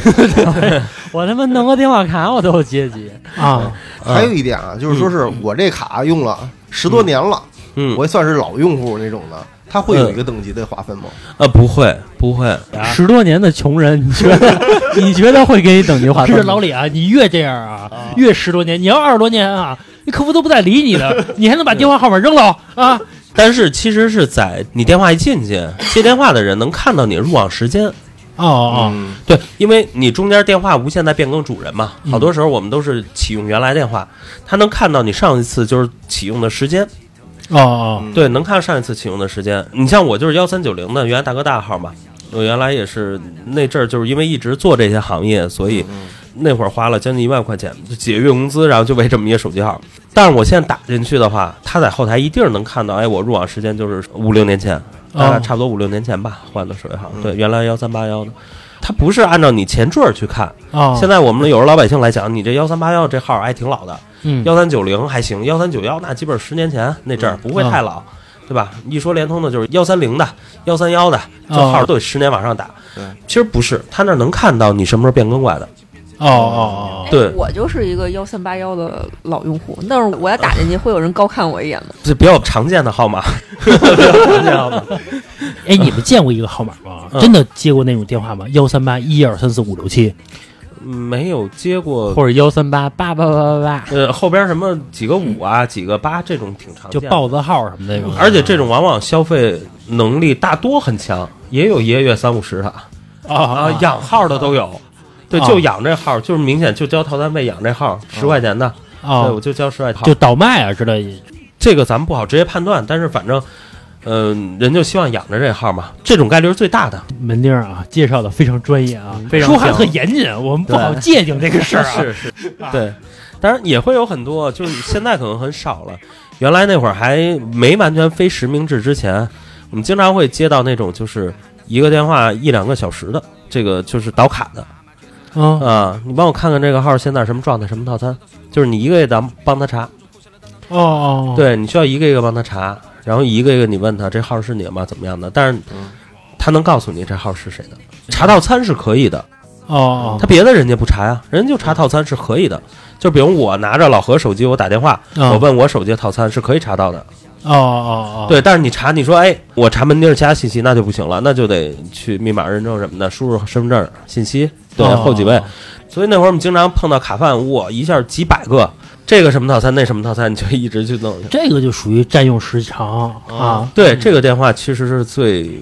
[SPEAKER 6] 我他妈弄个电话卡，我都有阶级。
[SPEAKER 3] 啊，
[SPEAKER 7] 嗯
[SPEAKER 4] 还有一点啊，就是说是我这卡用了十多年了，
[SPEAKER 7] 嗯，
[SPEAKER 4] 我也算是老用户那种的，它会有一个等级的划分吗？
[SPEAKER 7] 呃，不会，不会，
[SPEAKER 6] 啊十多年的穷人，你觉得 你觉得会给你等级划分
[SPEAKER 3] 是
[SPEAKER 6] 吗？
[SPEAKER 3] 老李啊，你越这样啊，越十多年，你要二十多年啊，那客服都不带理你 的，你还能把电话号码扔了啊？
[SPEAKER 7] 但是其实是在你电话一进去，接电话的人能看到你入网时间。
[SPEAKER 3] 哦哦
[SPEAKER 4] 嗯，
[SPEAKER 7] 对，因为你中间电话无限在变更主人嘛，
[SPEAKER 3] 嗯
[SPEAKER 7] 好多时候我们都是启用原来电话，他能看到你上一次就是启用的时间，
[SPEAKER 3] 哦哦，
[SPEAKER 4] 嗯
[SPEAKER 7] 对，能看上一次启用的时间。你像我就是幺三九零的，原来大哥大号嘛，我原来也是那阵儿就是因为一直做这些行业，所
[SPEAKER 3] 嗯
[SPEAKER 7] 以那会儿花了将近一万块钱就解月工资，然后就为这么一个手机号。但是我现在打进去的话，他在后台一定能看到，哎，我入网时间就是五六年前，大概
[SPEAKER 3] 哦嗯
[SPEAKER 7] 差不多五六年前吧，换的手机号。对，原来幺三八幺的，它不是按照你前缀儿去看。
[SPEAKER 3] 哦，
[SPEAKER 7] 现在我们有时候老百姓来讲，你这幺三八幺这号还挺老的，
[SPEAKER 3] 嗯
[SPEAKER 7] 幺三九零还行，幺三九幺那基本十年前那阵儿不会太
[SPEAKER 3] 嗯
[SPEAKER 7] 老，对吧？一说联通的就是幺三零的、幺三幺的，这
[SPEAKER 3] 哦
[SPEAKER 7] 号都得十年往上打。
[SPEAKER 4] 对
[SPEAKER 7] 其实不是，他那儿能看到你什么时候变更过来的。
[SPEAKER 3] 哦哦
[SPEAKER 7] 对
[SPEAKER 5] 哎我就是一个幺三八幺的老用户，但是我要打进去，会有人高看我一眼吗？
[SPEAKER 7] 这比较常见的号码， 比较常见的号码。
[SPEAKER 3] 哦，哎，你们见过一个号码吗？
[SPEAKER 7] 嗯
[SPEAKER 3] 真的接过那种电话吗？幺三八一二三四五六七，
[SPEAKER 7] 嗯没有接过，
[SPEAKER 6] 或者幺三八八八八八八，
[SPEAKER 7] 呃，后边什么几个五啊，几个八这种挺常
[SPEAKER 3] 就
[SPEAKER 7] 见的。
[SPEAKER 3] 豹子号什么的那种。
[SPEAKER 7] 而且这种往往消费能力大多很强，也有一个月三五十的啊，
[SPEAKER 3] 啊
[SPEAKER 7] 养号的都有。对，
[SPEAKER 3] 啊
[SPEAKER 7] 就养这号，就是明显就交套餐费养这号，十块钱的，对，
[SPEAKER 3] 啊
[SPEAKER 7] 哦我，就交十块钱。
[SPEAKER 3] 就倒卖啊之类的。
[SPEAKER 7] 这个咱们不好直接判断，但是反正，嗯、人就希望养着这号嘛，这种概率是最大的。
[SPEAKER 3] 门钉儿啊，介绍的非常专业
[SPEAKER 7] 嗯
[SPEAKER 3] 啊，
[SPEAKER 6] 非常
[SPEAKER 3] 说话
[SPEAKER 6] 像
[SPEAKER 3] 特严谨，我们不好
[SPEAKER 7] 对
[SPEAKER 3] 界定这个事儿啊。
[SPEAKER 7] 是是， 对。当然也会有很多，就是现在可能很少了。原来那会儿还没完全非实名制之前，我们经常会接到那种就是一个电话一两个小时的，这个就是导卡的
[SPEAKER 3] 啊
[SPEAKER 7] 啊。你帮我看看这个号现在什么状态，什么套餐，就是你一个一个咱帮他查，
[SPEAKER 3] 哦哦，
[SPEAKER 7] 对你需要一个一个帮他查，然后一个一个你问他这号是你的吗？怎么样的？但是他能告诉你这号是谁的，查套餐是可以的，
[SPEAKER 3] 哦哦
[SPEAKER 7] 他别的人家不查呀、人家就查套餐是可以的。就比如我拿着老何手机，我打电话，
[SPEAKER 3] 嗯
[SPEAKER 7] 我问我手机的套餐是可以查到的。
[SPEAKER 3] 哦哦哦，
[SPEAKER 7] 对，但是你查，你说哎，我查门钉儿其他信息那就不行了，那就得去密码认证什么的，输入身份证信息，对、
[SPEAKER 3] 哦
[SPEAKER 7] 后几位。所以那会儿我们经常碰到卡贩，哇，一下几百个，这个什么套餐，那什么套餐，你就一直去弄去。
[SPEAKER 3] 这个就属于占用时长啊。
[SPEAKER 4] 嗯
[SPEAKER 7] 对，这个电话其实是最。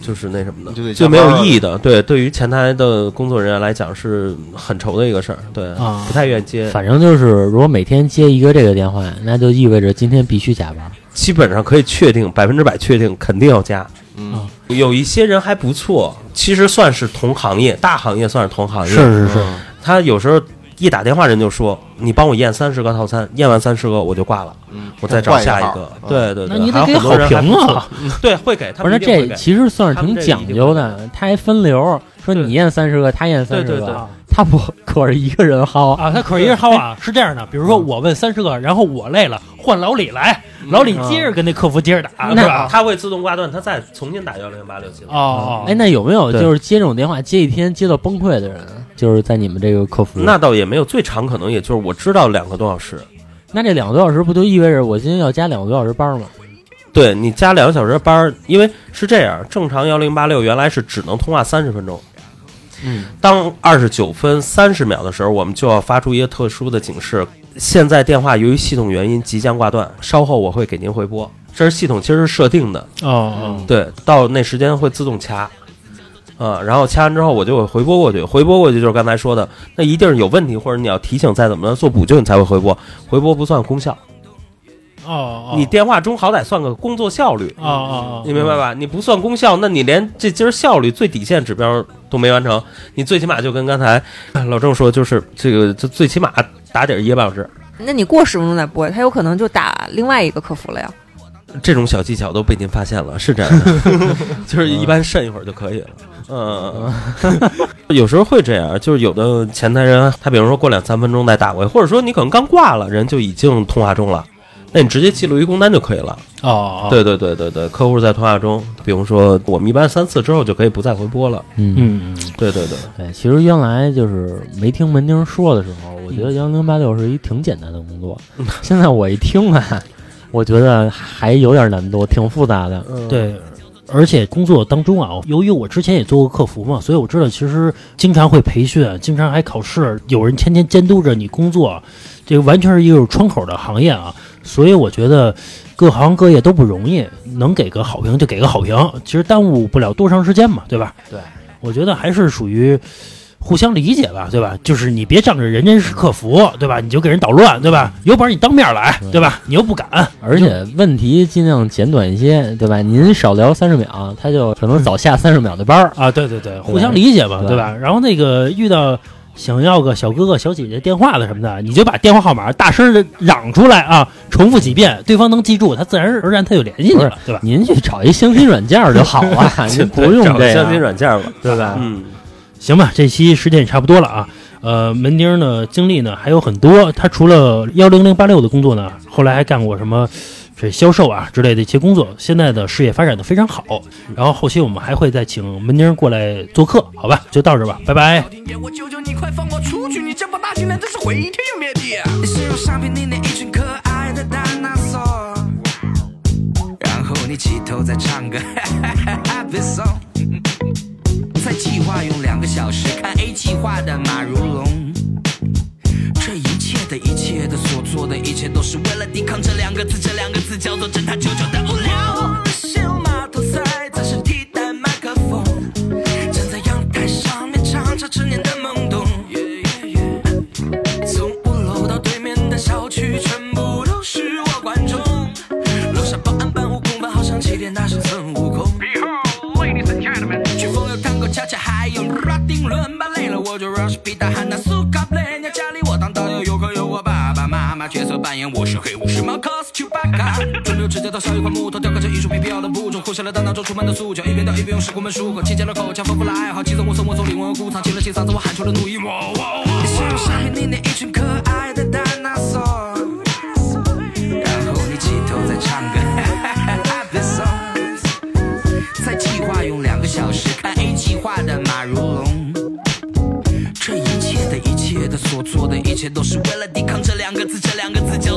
[SPEAKER 7] 就是那什么
[SPEAKER 4] 就得
[SPEAKER 7] 的，
[SPEAKER 4] 加
[SPEAKER 7] 最没
[SPEAKER 4] 班
[SPEAKER 7] 有
[SPEAKER 4] 了
[SPEAKER 7] 意义的。对，对于前台的工作人员来讲是很愁的一个事儿，对，
[SPEAKER 3] 啊
[SPEAKER 7] 不太愿意接。
[SPEAKER 6] 反正就是如果每天接一个这个电话，那就意味着今天必须加班。
[SPEAKER 7] 基本上可以确定百分之百确定肯定要加。
[SPEAKER 4] 嗯，
[SPEAKER 3] 啊
[SPEAKER 7] 有一些人还不错，其实算是同行业，大行业算是同行业。
[SPEAKER 3] 是是是，
[SPEAKER 7] 他有时候一打电话，人就说：“你帮我验三十个套餐，验完三十个我就挂了，
[SPEAKER 4] 嗯
[SPEAKER 7] 我再找下
[SPEAKER 4] 换一
[SPEAKER 7] 个。
[SPEAKER 4] 号嗯啊
[SPEAKER 7] 对对对，
[SPEAKER 3] 那你
[SPEAKER 7] 还
[SPEAKER 3] 得给
[SPEAKER 7] 有很多
[SPEAKER 3] 好
[SPEAKER 7] 人还
[SPEAKER 3] 评
[SPEAKER 7] 不错！
[SPEAKER 3] 啊。
[SPEAKER 7] 对，会给他
[SPEAKER 6] 不
[SPEAKER 7] 们
[SPEAKER 6] 是，那
[SPEAKER 7] 一定会
[SPEAKER 6] 这
[SPEAKER 7] 给。
[SPEAKER 6] 其实算是挺讲究
[SPEAKER 7] 他们这个一定
[SPEAKER 6] 的，他还分流，说
[SPEAKER 7] 对
[SPEAKER 6] 你验三十个，他验三十
[SPEAKER 7] 对对
[SPEAKER 6] 个，他不 可是一个人薅。嗯
[SPEAKER 3] 啊，他可是一人薅啊，是这样的，比如说我问三十个，然后我累了，换老李来，
[SPEAKER 7] 嗯
[SPEAKER 3] 老李接着跟那客服接着打，
[SPEAKER 7] 啊
[SPEAKER 3] 是
[SPEAKER 6] 嗯那
[SPEAKER 3] 吧？
[SPEAKER 7] 他会自动挂断，他再重新打幺零八六七。
[SPEAKER 3] 哦，
[SPEAKER 6] 哎，那有没有
[SPEAKER 7] 对
[SPEAKER 6] 就是接这种电话接一天接到崩溃的人？就是在你们这个客服，
[SPEAKER 7] 那倒也没有，最长可能也就是我知道两个多小时。
[SPEAKER 6] 那这两个多小时不就意味着我今天要加两个多小时班吗？
[SPEAKER 7] 对你加两个小时班儿，因为是这样，正常幺零八六原来是只能通话三十分钟。
[SPEAKER 6] 嗯，
[SPEAKER 7] 当二十九分三十秒的时候，我们就要发出一个特殊的警示。现在电话由于系统原因即将挂断，稍后我会给您回拨。这是系统其实是设定的，
[SPEAKER 3] 哦哦，
[SPEAKER 7] 对，到那时间会自动掐，啊，然后掐完之后我就会回拨过去，回拨过去就是刚才说的，那一定是有问题或者你要提醒再怎么着做补救你才会回拨，回拨不算功效，
[SPEAKER 3] 哦哦，
[SPEAKER 7] 你电话中好歹算个工作效率，
[SPEAKER 3] 哦哦，
[SPEAKER 7] 你明白吧？你不算功效，那你连这今儿效率最底线指标都没完成，你最起码就跟刚才 哎老郑说，就是这个，就最起码打底儿一个半小时，
[SPEAKER 5] 那你过十分钟再拨，他有可能就打另外一个客服了呀。
[SPEAKER 7] 这种小技巧都被您发现了，是这样的， 就是一般慎一会儿就可以了。嗯， 有时候会这样，就是有的前台人，他比如说过两三分钟再打过去，或者说你可能刚挂了，人就已经通话中了，那你直接记录一工单就可以了。
[SPEAKER 3] 哦哦，
[SPEAKER 7] 对对对对对，客户在通话中，比如说我们一般三次之后就可以不再回拨了。
[SPEAKER 6] 嗯，
[SPEAKER 3] 嗯，
[SPEAKER 7] 对对对。
[SPEAKER 6] 对，哎其实原来就是没听门钉说的时候，我
[SPEAKER 7] 嗯
[SPEAKER 6] 觉得幺零八六是一挺简单的工作。现在我一听啊，我觉得还有点难度，挺复杂的。
[SPEAKER 7] 嗯
[SPEAKER 3] 对。而且工作当中啊，由于我之前也做过客服嘛，所以我知道其实经常会培训，经常还考试，有人天天监督着你工作，这个完全是一个有窗口的行业啊。所以我觉得各行各业都不容易，能给个好评就给个好评，其实耽误不了多长时间嘛，对吧？
[SPEAKER 6] 对，
[SPEAKER 3] 我觉得还是属于。互相理解吧，对吧？就是你别仗着人家是客服，对吧？你就给人捣乱，对吧？有本事你当面来，对吧？你又不敢，
[SPEAKER 6] 而且问题尽量简短一些，对吧？您少聊三十秒，他就可能早下三十秒的班儿。
[SPEAKER 3] 啊，对对对，互相理解嘛，
[SPEAKER 6] 对
[SPEAKER 3] 对吧？然后那个遇到想要个小哥哥、小姐姐电话的什么的，你就把电话号码大声的嚷出来啊，重复几遍，对方能记住，他自然而然他就联系你
[SPEAKER 6] 不是
[SPEAKER 3] 了，对吧？
[SPEAKER 6] 您去找一相亲软件儿就好 了，您不哎用
[SPEAKER 7] 找
[SPEAKER 6] 这
[SPEAKER 7] 相亲
[SPEAKER 6] 样，
[SPEAKER 7] 软件吧。
[SPEAKER 6] 对吧？
[SPEAKER 7] 嗯，
[SPEAKER 3] 行吧，这期时间也差不多了啊。呃，门钉呢经历呢还有很多，他除了幺零零八六的工作呢，后来还干过什么这销售啊之类的一些工作。现在的事业发展的非常好，然后后期我们还会再请门钉过来做客，好吧？就到这儿吧，拜拜。
[SPEAKER 8] 老天爷，哎我求求你快放我出去！你这帮大情人真是毁天灭地。啊吸入商品里那一群可爱的丹娜索，然后你起头再唱个 Happy Song。在计划用两个小时看 A 计划的马如龙，抵抗这两个字，这两个字叫做侦探九九的无聊。先用码头塞，暂时替代麦克风，站在阳台上面唱着陈年的懵懂。从五楼到对面的小区，全部都是我观众。楼上保安搬务工，办好像起点大师孙悟空。
[SPEAKER 2] Behold，ladies and gentlemen。
[SPEAKER 8] 曲风有探戈、恰恰，还有拉丁伦巴，累了我就 rush 皮大喊那苏卡布雷。家里我当导游，游客有我爸爸妈妈，角色扮演我是黑武士 Marcus Chewbacca。中流指甲到少一块木头，雕刻着艺术品必要的步骤，呼啸了大脑中充满的诉求，一边掉一边用石鼓们漱口，清洁了口腔，丰富了爱好，其中我从我手里我鼓掌，起了气嗓子，我喊出了怒意，我我我。是上面你那一群可爱的 dinosaur。然后你起头再唱个 Happy Song，再计划用两个小时看 A 计划的马如龙。这一切的一切的所做的一切，都是为了抵抗这两个字，这两个字叫。